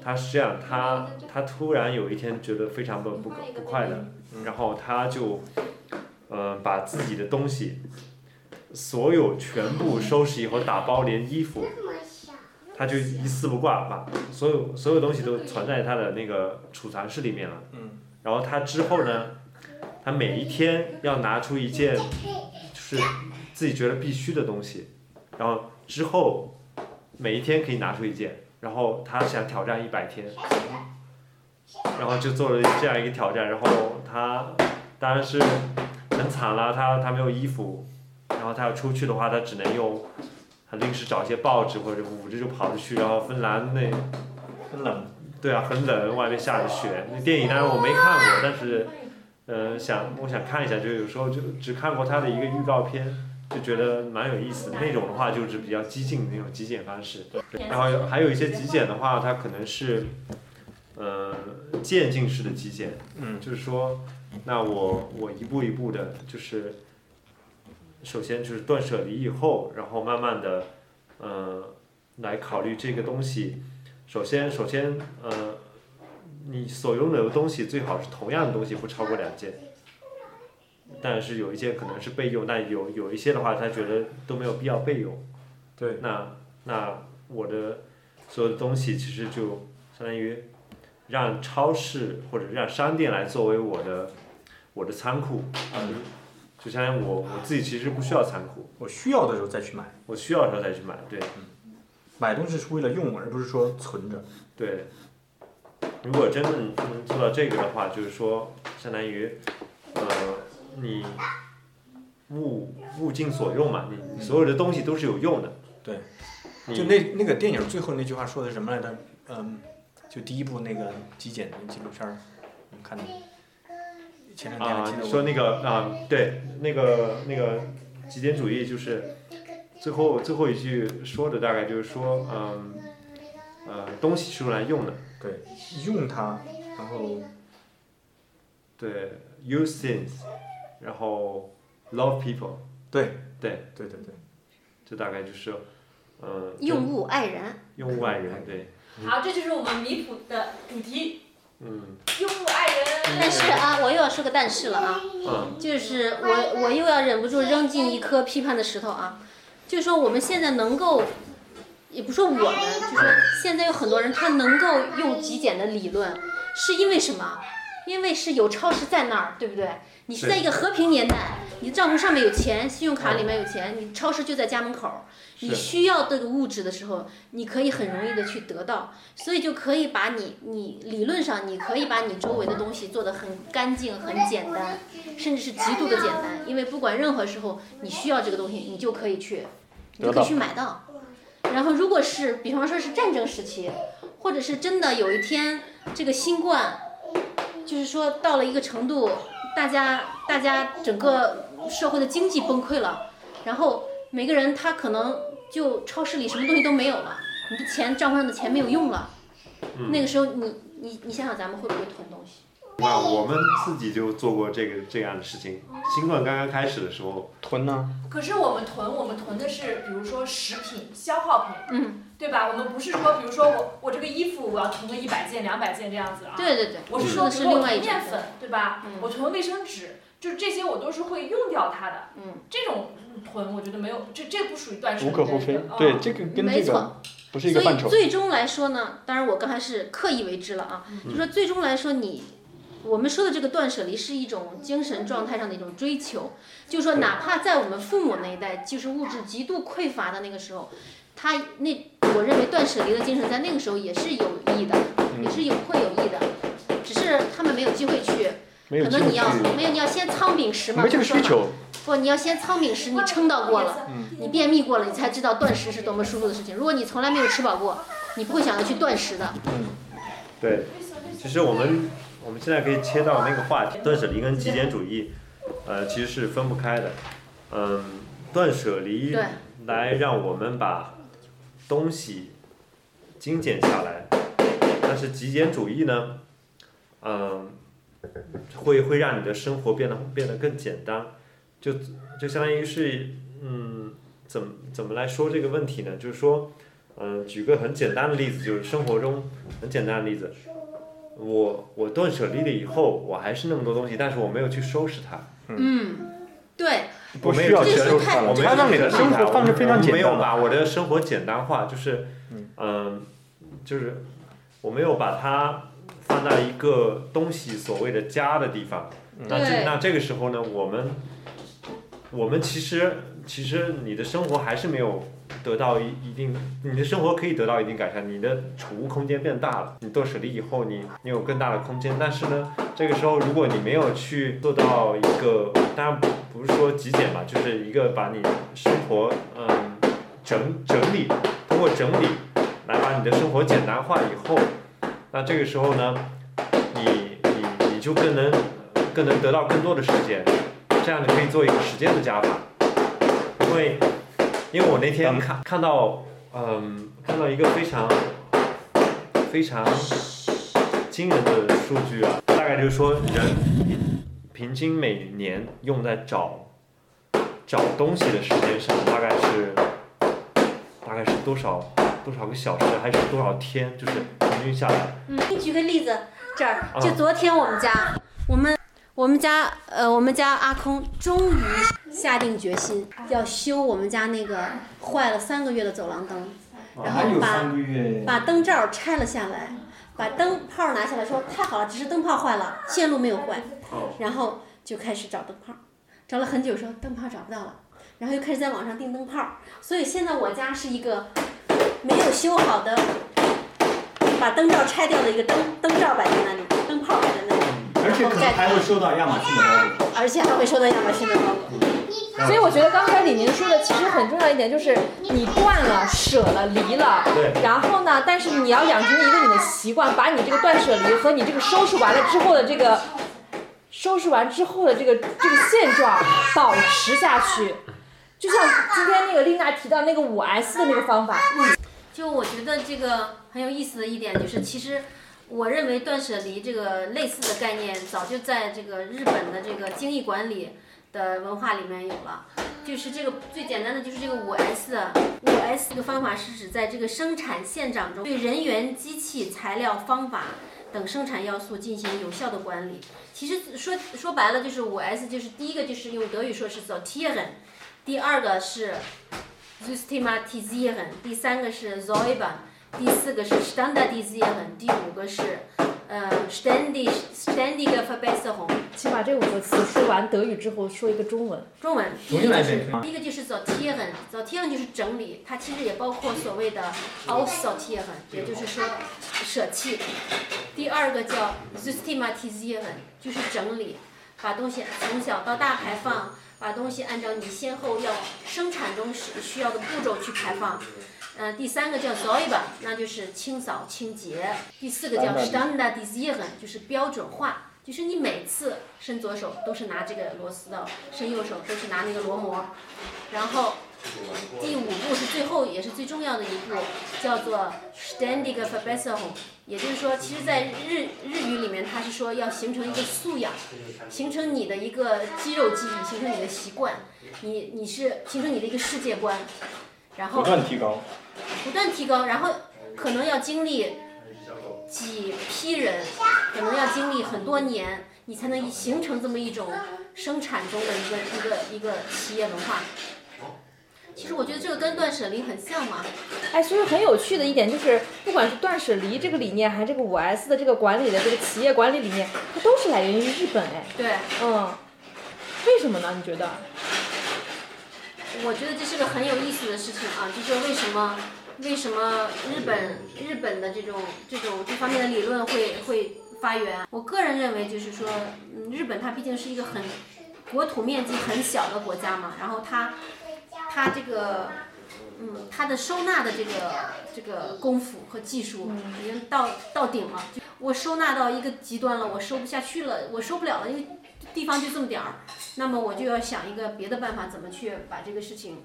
他是这样，他他突然有一天觉得非常不不不快乐，然后他就，呃，把自己的东西，所有全部收拾以后打包，连衣服，他就一丝不挂，把所有所有东西都存在他的那个储藏室里面了。嗯。然后他之后呢，他每一天要拿出一件，就是自己觉得必须的东西，然后之后每一天可以拿出一件，然后他想挑战一百天，然后就做了这样一个挑战，然后他当然是很惨了，他他没有衣服，然后他要出去的话，他只能用他临时找一些报纸或者捂着就跑出去，然后芬兰那很冷。对啊很冷，外面下着雪，那电影当然我没看过，但是呃，想我想看一下，就有时候就只看过他的一个预告片，就觉得蛮有意思的。那种的话就是比较激进的那种极简方式，对。然后有还有一些极简的话，它可能是，呃，渐进式的极简，嗯，就是说，那我我一步一步的，就是，首先就是断舍离以后，然后慢慢的，呃，来考虑这个东西。首先，首先，呃，你所拥有的东西最好是同样的东西，不超过两件。但是有一些可能是备用，但有有一些的话，他觉得都没有必要备用。对，那那我的所有的东西其实就相当于让超市或者让商店来作为我的我的仓库，嗯，就相当于我我自己其实不需要仓库，我需要的时候再去买，我需要的时候再去买，对买东西是为了用，而不是说存着。对。如果真的能做到这个的话，就是说相当于呃你物物尽所用嘛，你你所有的东西都是有用的，对你，嗯就那那个电影最后那句话说的什么来着？嗯，就第一部那个极简的纪录片儿，你看的。前两天还啊记，得你我说那个啊，对，那个那个极简主义就是最后最后一句说的大概就是说，嗯，呃，东西是用来用的，对用它，然后对，use things，然后 love people，对对，对对对，这大概就是，嗯，用物爱人，用物爱人，对，好，这就是我们离谱的主题，嗯用物爱人。但是啊，我又要说个但是了啊，嗯就是我我又要忍不住扔进一颗批判的石头啊，就说我们现在能够，也不说我们，就是现在有很多人他能够用极简的理论，是因为什么？因为是有超市在那儿，对不对？你是是在一个和平年代，你的账户上面有钱，信用卡里面有钱，你超市就在家门口儿，你是需要这个物质的时候，你可以很容易的去得到，所以就可以把你你理论上你可以把你周围的东西做得很干净、很简单，甚至是极度的简单，因为不管任何时候你需要这个东西，你就可以去，你就可以去买到。然后如果是比方说是战争时期，或者是真的有一天这个新冠，就是说到了一个程度，大家大家整个社会的经济崩溃了，然后每个人他可能就超市里什么东西都没有了，你的钱账户上的钱没有用了，嗯那个时候你你你想想咱们会不会囤东西？哇，我们自己就做过这个这样的事情。新冠刚刚开始的时候，囤呢，可是我们囤，我们囤的是比如说食品、消耗品，嗯，对吧？我们不是说，比如说我我这个衣服我要囤个一百件、两百件这样子啊。对对对，我是说，说的比是如说另我外一囤种面粉，对吧？嗯我囤卫生纸，就是这些我都是会用掉它的。嗯，这种囤我觉得没有，这这不属于断舍离的无可厚非一个。嗯对，这个跟哦没这错个。不是一所个以范畴。最终来说呢，当然我刚才是刻意为之了啊，嗯就说最终来说你，我们说的这个断舍离是一种精神状态上的一种追求，就说哪怕在我们父母那一代，就是物质极度匮乏的那个时候，他那我认为断舍离的精神在那个时候也是有益的，嗯也是有会有益的，只是他们没有机会去，没有可进能你去要，没有你要先仓廪实嘛，没这个就说需嘛求。不，你要先仓廪实，你撑到过了，你便秘过了，你才知道断食是多么舒服的事情。如果你从来没有吃饱过，你不会想要去断食的。对，其实我们我们现在可以切到那个话题，断舍离跟极简主义，呃，其实是分不开的。嗯，断舍离对来让我们把东西精简下来，但是极简主义呢，嗯、会会让你的生活变得变得更简单，就就相当于是嗯，怎么怎么来说这个问题呢？就是说，嗯、举个很简单的例子，就是生活中很简单的例子，我我断舍离了以后，我还是那么多东西，但是我没有去收拾它，嗯，对，不我没需要有去去这是收收拾拾它，太我没有它去让你的收拾生它活放得非常我简没单有了。把我的生活简单化，就是嗯嗯、就是我没有把它放在一个东西所谓的家的地方。那对这那这个时候呢，我们我们其实其实你的生活还是没有得到一一定，你的生活可以得到一定改善，你的储物空间变大了，你断舍离以后你，你有更大的空间，但是呢，这个时候如果你没有去做到一个，当然不不是说极简吧，就是一个把你生活嗯整整理，通过整理来把你的生活简单化以后，那这个时候呢，你你你就更能更能得到更多的时间，这样你可以做一个时间的加法。因为，因为我那天看看到，嗯，看到一个非常非常惊人的数据啊，大概就是说人平均每年用在找找东西的时间上，大概是大概是多少多少个小时，还是多少天，就是平均下来。嗯，给你举个例子，这儿啊就昨天我们家，我们我们家呃，我们家阿空终于下定决心要修我们家那个坏了三个月的走廊灯，然后把个月把灯罩拆了下来，把灯泡拿下来说太好了，只是灯泡坏了，线路没有坏。然后就开始找灯泡，找了很久说灯泡找不到了，然后又开始在网上订灯泡，所以现在我家是一个没有修好的，把灯罩拆掉的一个灯灯罩摆在那里，灯泡摆在那里，而且可能还会收到亚马逊的 order 而且还会收到亚马逊的包裹。所以我觉得刚才李宁说的其实很重要一点，就是你断了、舍了、离了，对然后呢，但是你要养成一个你的习惯，把你这个断舍离和你这个收拾完了之后的这个收拾完之后的这个这个现状保持下去。就像今天那个丽娜提到那个五 S 的那个方法，就我觉得这个很有意思的一点就是，其实我认为断舍离这个类似的概念，早就在这个日本的这个精益管理的文化里面有了。就是这个最简单的就是这个五 S，五 S 这个方法是指在这个生产现场中对人员、机器、材料、方法等生产要素进行有效的管理。其实说说白了就是五 S，就是第一个就是用德语说是 sortieren，第二个是 systematisieren，第三个是 z o i b a 第四个是 standardisieren，第五个是呃 ständig ständige Verbesserung。请把这五个词说完德语之后说一个中文。中文，第重一新个来就是一遍第一个就是 sortieren，sortieren 就是整理，它其实也包括所谓的 aussortieren，也就是说舍弃。第二个叫 systematisieren，就是整理，把东西从小到大排放，把东西按照你先后要生产中需需要的步骤去排放。呃，第三个叫 s o i b a 那就是清扫清洁。第四个叫 standardisieren，就是标准化，就是你每次伸左手都是拿这个螺丝刀，伸右手都是拿那个螺模。然后第五步是最后也是最重要的一步，叫做 standing f o r b e s s e r 也就是说，其实，在日日语里面，它是说要形成一个素养，形成你的一个肌肉记忆，形成你的习惯，你你是形成你的一个世界观，然后不断提高。不断提高，然后可能要经历几批人，可能要经历很多年，你才能形成这么一种生产中的一个一个一个企业文化。其实我觉得这个跟断舍离很像嘛，哎，所以很有趣的一点就是，不管是断舍离这个理念，还是这个五 S 的这个管理的这个企业管理理念，它都是来源于日本哎。对，嗯，为什么呢？你觉得？我觉得这是个很有意思的事情啊，就是为什么为什么日本日本的这种这种这方面的理论会会发源？啊我个人认为就是说，嗯，日本它毕竟是一个很国土面积很小的国家嘛，然后它它这个。嗯，它的收纳的这个这个功夫和技术已经到到顶了。就我收纳到一个极端了，我收不下去了，我收不了了，因为地方就这么点儿。那么我就要想一个别的办法，怎么去把这个事情，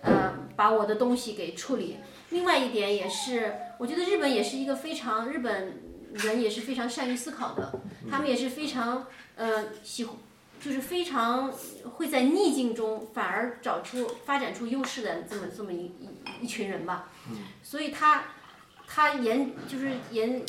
呃，把我的东西给处理。另外一点也是，我觉得日本也是一个非常日本人也是非常善于思考的，他们也是非常呃喜欢，就是非常会在逆境中反而找出发展出优势的这么这么一一一群人吧。所以他他研就是研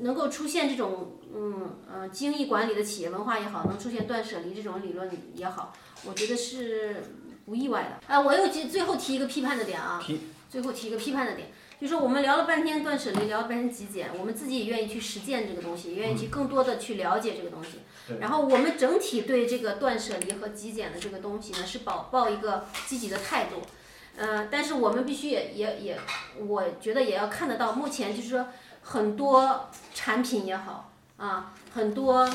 能够出现这种嗯呃精益管理的企业文化也好，能出现断舍离这种理论也好，我觉得是不意外的。啊，我又提最后提一个批判的点啊提，最后提一个批判的点，就是我们聊了半天断舍离，聊了半天极简，我们自己也愿意去实践这个东西，也愿意去更多的去了解这个东西。然后我们整体对这个断舍离和极简的这个东西呢，是抱抱一个积极的态度。呃，但是我们必须也也也，我觉得也要看得到，目前就是说很多产品也好啊，很多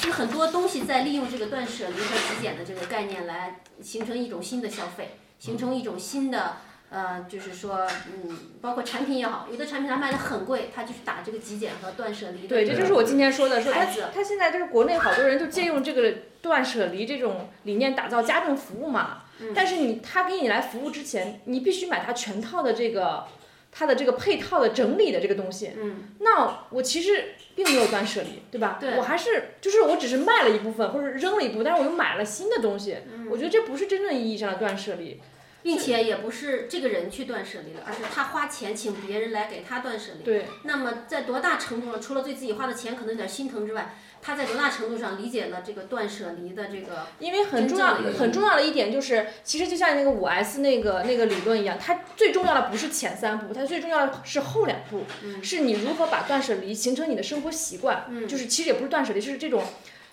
就很多东西在利用这个断舍离和极简的这个概念来形成一种新的消费，形成一种新的呃，就是说，嗯，包括产品也好，有的产品它卖的很贵，它就是打这个极简和断舍离的。对，这就是我今天说的，说他孩子他现在就是国内好多人就借用这个断舍离这种理念打造家政服务嘛。嗯但是你他给你来服务之前，你必须买他全套的这个他的这个配套的整理的这个东西。嗯，那我其实并没有断舍离，对吧？对我还是就是我只是卖了一部分或者扔了一部分，但是我又买了新的东西。嗯我觉得这不是真正意义上的断舍离。并且也不是这个人去断舍离了，而是他花钱请别人来给他断舍离。对，那么在多大程度上，除了对自己花的钱可能有点心疼之外，他在多大程度上理解了这个断舍离的这个？因为很重要真正的意义很重要的一点就是，其实就像那个五 S 那个那个理论一样，它最重要的不是前三步，它最重要的是后两步，嗯是你如何把断舍离形成你的生活习惯，嗯就是其实也不是断舍离，就是这种。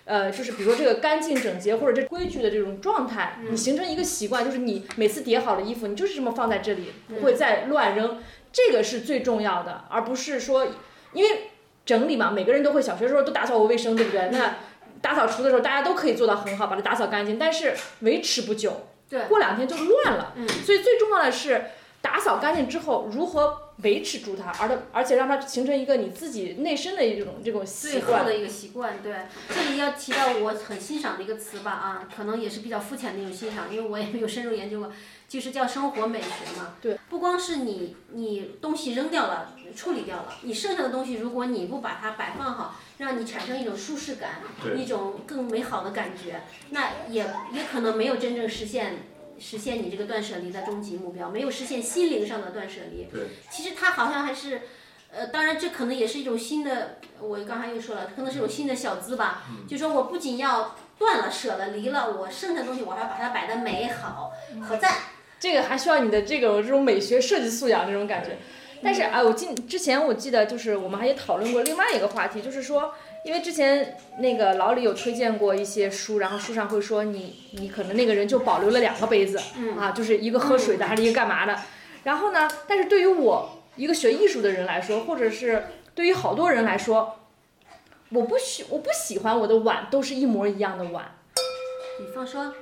呃，就是比如说这个干净整洁或者这规矩的这种状态，嗯你形成一个习惯，就是你每次叠好的衣服，你就是这么放在这里，嗯不会再乱扔，这个是最重要的，而不是说因为整理嘛，每个人都会小学时候都打扫过卫生，对不对？那打扫除的时候，大家都可以做到很好，把它打扫干净，但是维持不久，对过两天就乱了。嗯所以最重要的是打扫干净之后，如何维持住它，而的而且让它形成一个你自己内身的一种这种习最后惯。的一个习惯，对，这里要提到我很欣赏的一个词吧，啊，可能也是比较肤浅的一种欣赏，因为我也没有深入研究过，就是叫生活美学嘛。对，不光是你你东西扔掉了、处理掉了，你剩下的东西如果你不把它摆放好，让你产生一种舒适感，对一种更美好的感觉，那也也可能没有真正实现实现你这个断舍离的终极目标，没有实现心灵上的断舍离。对，其实它好像还是，呃，当然这可能也是一种新的，我刚才又说了，可能是一种新的小资吧。就说我不仅要断了、舍了、离了，我剩下的东西我还要把它摆的美好和赞。这个还需要你的这种这种美学设计素养这种感觉。但是啊，我进之前我记得就是我们还也讨论过另外一个话题，就是说，因为之前那个老李有推荐过一些书，然后书上会说你你可能那个人就保留了两个杯子，嗯啊，就是一个喝水的还是一个干嘛的。然后呢，但是对于我一个学艺术的人来说，或者是对于好多人来说，我不喜我不喜欢我的碗都是一模一样的碗。比方说，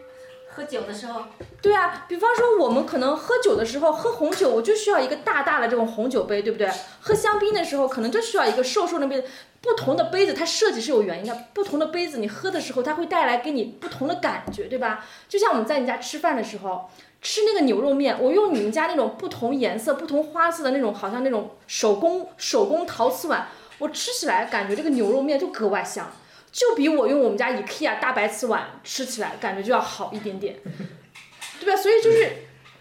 喝酒的时候，对啊，比方说我们可能喝酒的时候喝红酒，我就需要一个大大的这种红酒杯，对不对？喝香槟的时候可能就需要一个瘦瘦的杯子。不同的杯子它设计是有原因的，不同的杯子你喝的时候它会带来给你不同的感觉，对吧？就像我们在你家吃饭的时候。吃那个牛肉面，我用你们家那种不同颜色、不同花色的那种，好像那种手工手工陶瓷碗，我吃起来感觉这个牛肉面就格外香，就比我用我们家 IKEA 大白瓷碗吃起来感觉就要好一点点。对吧？所以就是，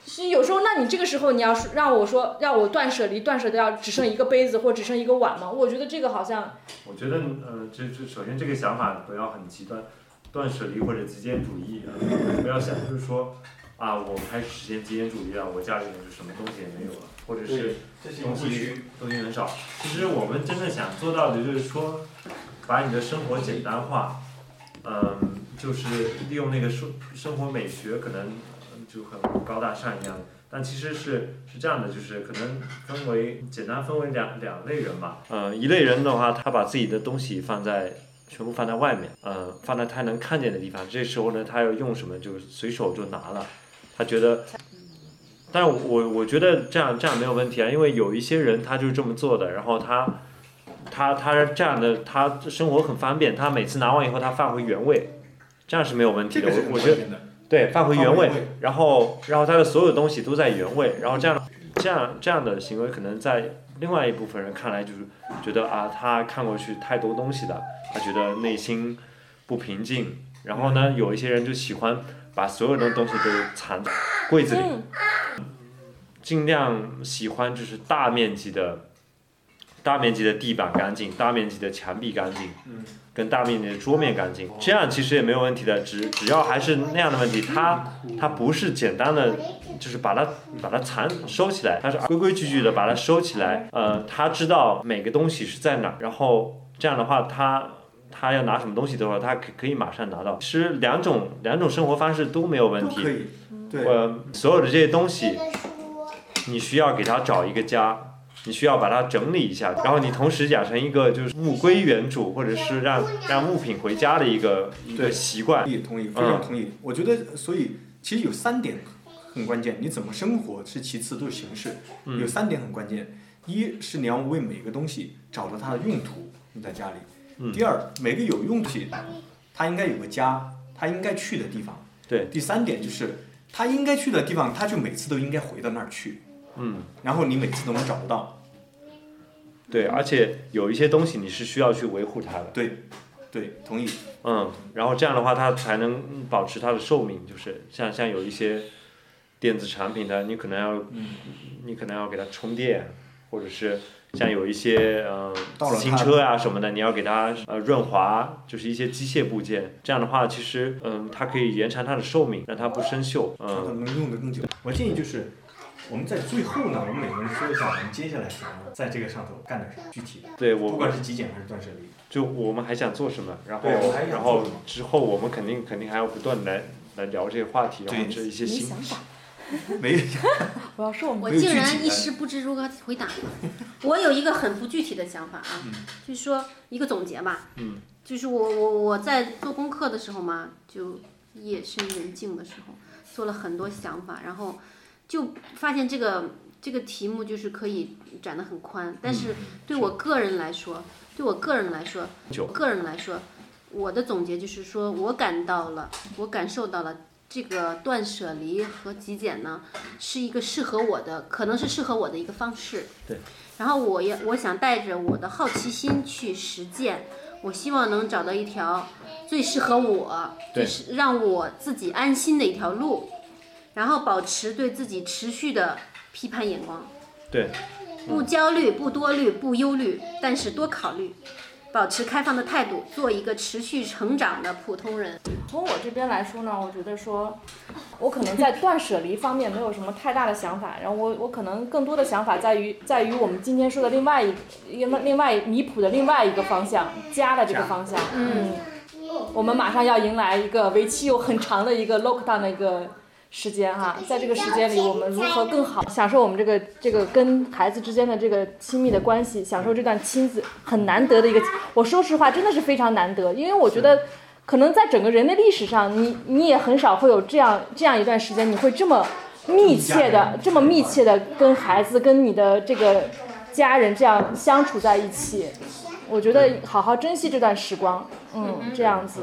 是有时候，那你这个时候你要是让我说让我断舍离，断舍掉只剩一个杯子或只剩一个碗吗？我觉得这个好像我觉得，呃，这这首先这个想法不要很极端，断舍离或者极简主义啊，不要想就是说啊，我开始实现极简主义啊了，我家里面就什么东西也没有了，或者是这是东西东西很少。其实我们真正想做到的就是说，把你的生活简单化，嗯，就是利用那个生生活美学，可能呃就很高大上一样。但其实是是这样的，就是可能分为简单分为两两类人吧。呃，一类人的话，他把自己的东西放在全部放在外面，呃，放在他能看见的地方。这时候呢，他要用什么就随手就拿了，他觉得。但是我我觉得这样这样没有问题啊，因为有一些人他就是这么做的，然后他他他这样的他生活很方便，他每次拿完以后他放回原位，这样是没有问题这的。个是我很我觉关得键的。对，放回原位放回原位，然后然后他的所有东西都在原位，然后这样这样这样的行为，可能在另外一部分人看来就是觉得啊，他看过去太多东西了，他觉得内心不平静。然后呢，有一些人就喜欢把所有的东西都藏在柜子里，嗯，尽量喜欢就是大面积的、大面积的地板干净，大面积的墙壁干净，嗯跟大面积的桌面干净，这样其实也没有问题的，只只要还是那样的问题，它它不是简单的。就是把它把它藏收起来，它是规规矩矩的把它收起来。呃，他知道每个东西是在哪儿，然后这样的话，他他要拿什么东西的话，他可可以马上拿到。其实两种两种生活方式都没有问都题可。以。对，呃，所有的这些东西，书你需要给它找一个家，你需要把它整理一下，然后你同时养成一个就是物归原主，或者是让让物品回家的一个一个对习惯。同意，同意，非常同意。我觉得，所以其实有三点很关键，你怎么生活是其次，都是形式。有三点很关键：一是你要为每个东西找到它的用途，你在家里；第二，每个有用的东西，它应该有个家，它应该去的地方；对，第三点就是它应该去的地方，它就每次都应该回到那儿去。嗯，然后你每次都能找得到。对，而且有一些东西你是需要去维护它的，对，对，同意。嗯，然后这样的话，它才能保持它的寿命。就是像像有一些电子产品的，你可能要，你可能要给它充电，或者是像有一些呃到了自行它车啊什么的，你要给它呃润滑，就是一些机械部件。这样的话，其实嗯、它可以延长它的寿命，让它不生锈。嗯、它能用的更久。我建议就是，我们在最后呢，我们每个人说一下我们接下来想要在这个上头干点啥具体的，对我不管是极简还是断舍离。就我们还想做什么，然后对我们还想然做后什么之后我们肯定肯定还要不断地来来聊这个话题，然后对这一些没新想法， 没，我要说我们我没有竟具体然一的时不知如何回答。我有一个很不具体的想法啊，嗯就是说一个总结吧。嗯。就是我我我在做功课的时候嘛，就夜深人静的时候，做了很多想法，然后就发现这个这个题目就是可以展得很宽，但嗯是对我个人来说，对我个人来说，就我个人来说，我的总结就是说，我感到了，我感受到了这个断舍离和极简呢，是一个适合我的，可能是适合我的一个方式。对。然后我也我想带着我的好奇心去实践，我希望能找到一条最适合我，最对是让我自己安心的一条路，然后保持对自己持续的批判眼光。对不焦虑、不多虑、不忧虑，但是多考虑，保持开放的态度，做一个持续成长的普通人。从我这边来说呢，我觉得说，我可能在断舍离方面没有什么太大的想法，然后我我可能更多的想法在于在于我们今天说的另外一另另外离谱的另外一个方向，家的这个方向。嗯，我们马上要迎来一个为期有很长的一个 lockdown 的一个。时间哈、在这个时间里，我们如何更好享受我们这个这个跟孩子之间的这个亲密的关系，享受这段亲子很难得的一个，我说实话真的是非常难得，因为我觉得可能在整个人类历史上，你你也很少会有这样这样一段时间，你会这么密切的、这么密切的跟孩子、跟你的这个家人这样相处在一起。我觉得好好珍惜这段时光，嗯，这样子。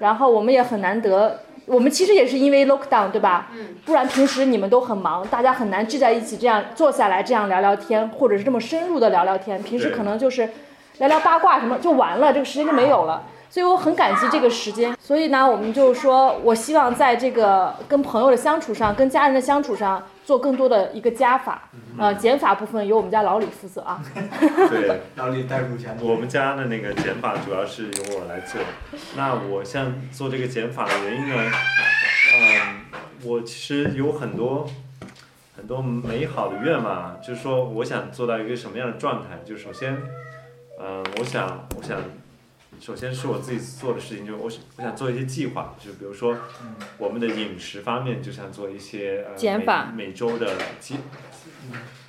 然后我们也很难得，我们其实也是因为 lockdown 对吧？嗯。不然平时你们都很忙，大家很难聚在一起这样坐下来这样聊聊天，或者是这么深入的聊聊天。平时可能就是聊聊八卦什么就完了，这个时间就没有了。所以我很感激这个时间。所以呢，我们就说，我希望在这个跟朋友的相处上，跟家人的相处上，做更多的一个加法。呃，减法部分由我们家老李负责啊。对。然后你带入一下我们家的那个减法主要是由我来做。那我像做这个减法的原因呢，嗯，我其实有很多很多美好的愿望啊，就是说我想做到一个什么样的状态。就首先，嗯，我想我想，首先是我自己做的事情，就是我想我想做一些计划，就比如说我们的饮食方面，就想做一些、呃、减法每每周的计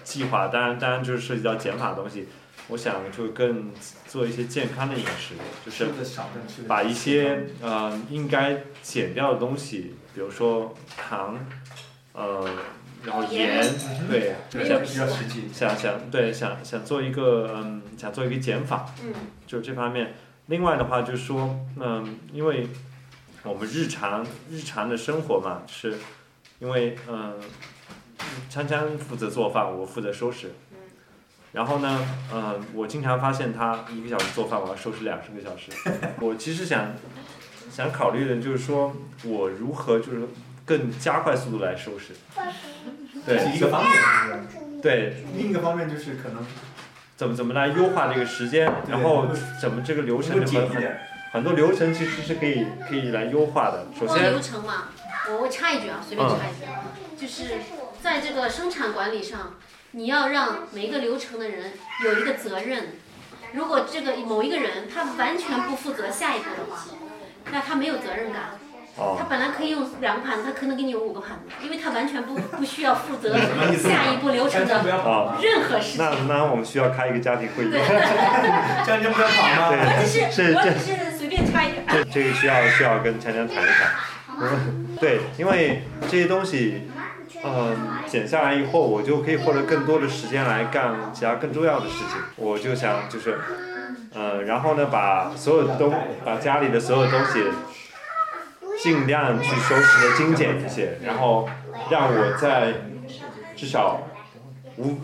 计划，当然当然就是涉及到减法的东西。我想就更做一些健康的饮食，就是的少的吃把一些呃应该减掉的东西，比如说糖，呃，然后盐，对，对比较实际。想想对想想做一个嗯想做一个减法，嗯，就这方面。另外的话就是说，嗯，因为我们日常日常的生活嘛，是因为嗯，锵锵负责做饭，我负责收拾。然后呢，嗯，我经常发现他一个小时做饭，我要收拾两十个小时。我其实想想考虑的就是说我如何就是更加快速度来收拾。这是对一个方面，对，另一个方面就是可能怎么怎么来优化这个时间，对然后怎么这个流程能够很紧一很点。很多流程其实是可以可以来优化的。首光先哦嗯流，程嘛，我我插一句啊，随便插一句啊，就是在这个生产管理上，你要让每一个流程的人有一个责任。如果这个某一个人他完全不负责下一步的话，那他没有责任感。他哦，本来可以用两个盘子，他可能给你用五个盘子，因为他完全 不不需要负责什么意思下一步流程锵锵不的要跑啊嘛，任何事那情。那我们需要开一个家庭会议，锵锵不要跑嘛。 对，哦是这我这只是随便插一句，这哦这个需要需要跟强强谈一谈。对，因为这些东西嗯，减下来以后，我就可以获得更多的时间来干其他更重要的事情。我就想就是，呃，然后呢，把所有东，把家里的所有东西，尽量去收拾的精简一些，然后让我在至少五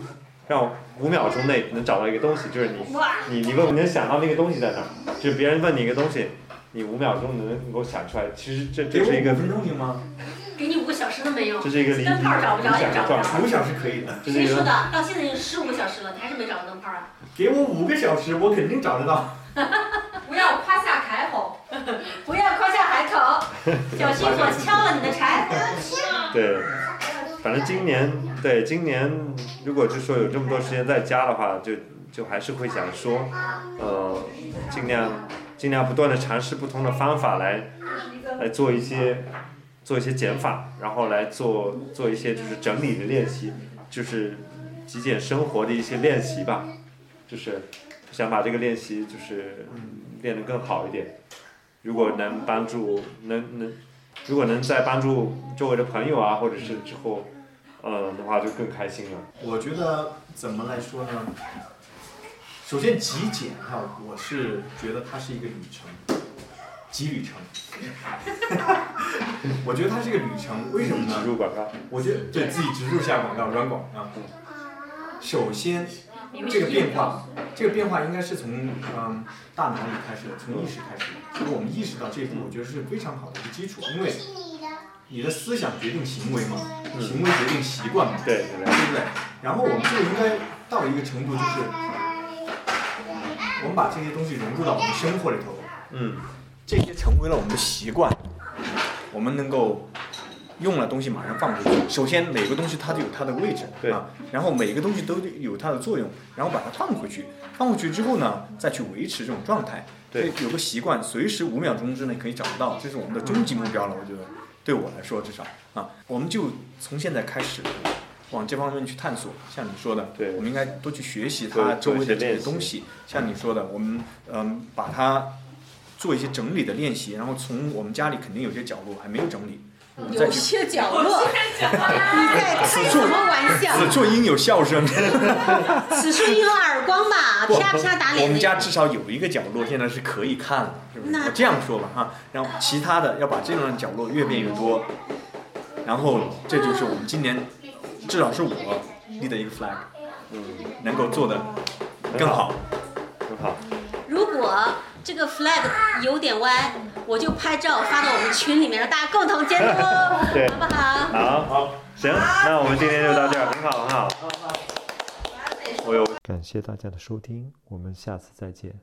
让五秒钟内能找到一个东西，就是你你你问你能想到那个东西在哪儿，就是别人问你一个东西，你五秒钟能能够想出来，其实这这是一个五分钟行吗？给你五个小时都没用这。是一个理理灯泡找不着理也想找的状不着态。五小时可以的，这是谁一个说的？到现在已经十五个小时了，你还是没找到灯泡啊！给我五个小时，我肯定找得到。不要夸下海口，不要夸下海 口，小心我敲了你的柴。对，反正今年对今年，如果就说有这么多时间在家的话，就就还是会想说，呃，尽量尽量不断的尝试不同的方法来来做一些做一些减法，然后来做做一些就是整理的练习，就是极简生活的一些练习吧，就是想把这个练习就是嗯练得更好一点。如果能帮助能能如果能再帮助周围的朋友啊，或者是之后，嗯的话，就更开心了。我觉得怎么来说呢？首先极简哈，我是觉得它是一个旅程，极旅程。 我觉得它是一个旅程，为什么植呢？入广告，我觉得对自己植入一下广告，软广啊。首先，这个变化，这个变化应该是从嗯大脑里开始的，从意识开始的。如果我们意识到这一步，我觉得是非常好的一个基础，因为你的思想决定行为嘛，嗯行为决定习惯嘛。对对对，对不对？然后我们就应该到一个程度，就是我们把这些东西融入到我们生活里头，嗯，这些成为了我们的习惯，我们能够用了东西马上放回去。首先，每个东西它都有它的位置，对啊，然后每个东西都有它的作用，然后把它放回去，放回去之后呢，再去维持这种状态。对，有个习惯，随时五秒钟之内可以找得到，这是我们的终极目标了。我觉得，对我来说至少啊，我们就从现在开始往这方面去探索。像你说的，对我们应该多去学习多它周做一围的些这些练习东西。像你说的，我们嗯把它做一些整理的练习，然后从我们家里肯定有些角落还没有整理，我们再有去。些角落，你在此哎开处什么玩笑？此处应有笑声。此处应有耳光吧，不啪啪打我脸们家的。至少有一个角落现在是可以看了，是不是？那我这样说吧哈，然后其他的要把这种角落越变越多，然后这就是我们今年，至少是我立的一个 flag，嗯，能够做的更好。很好，如果这个 flag 有点歪，我就拍照发到我们群里面，让大家共同监督哦，对好不好？好，好，行，那我们今天就到这儿，很好，很好。我有感谢大家的收听，我们下次再见。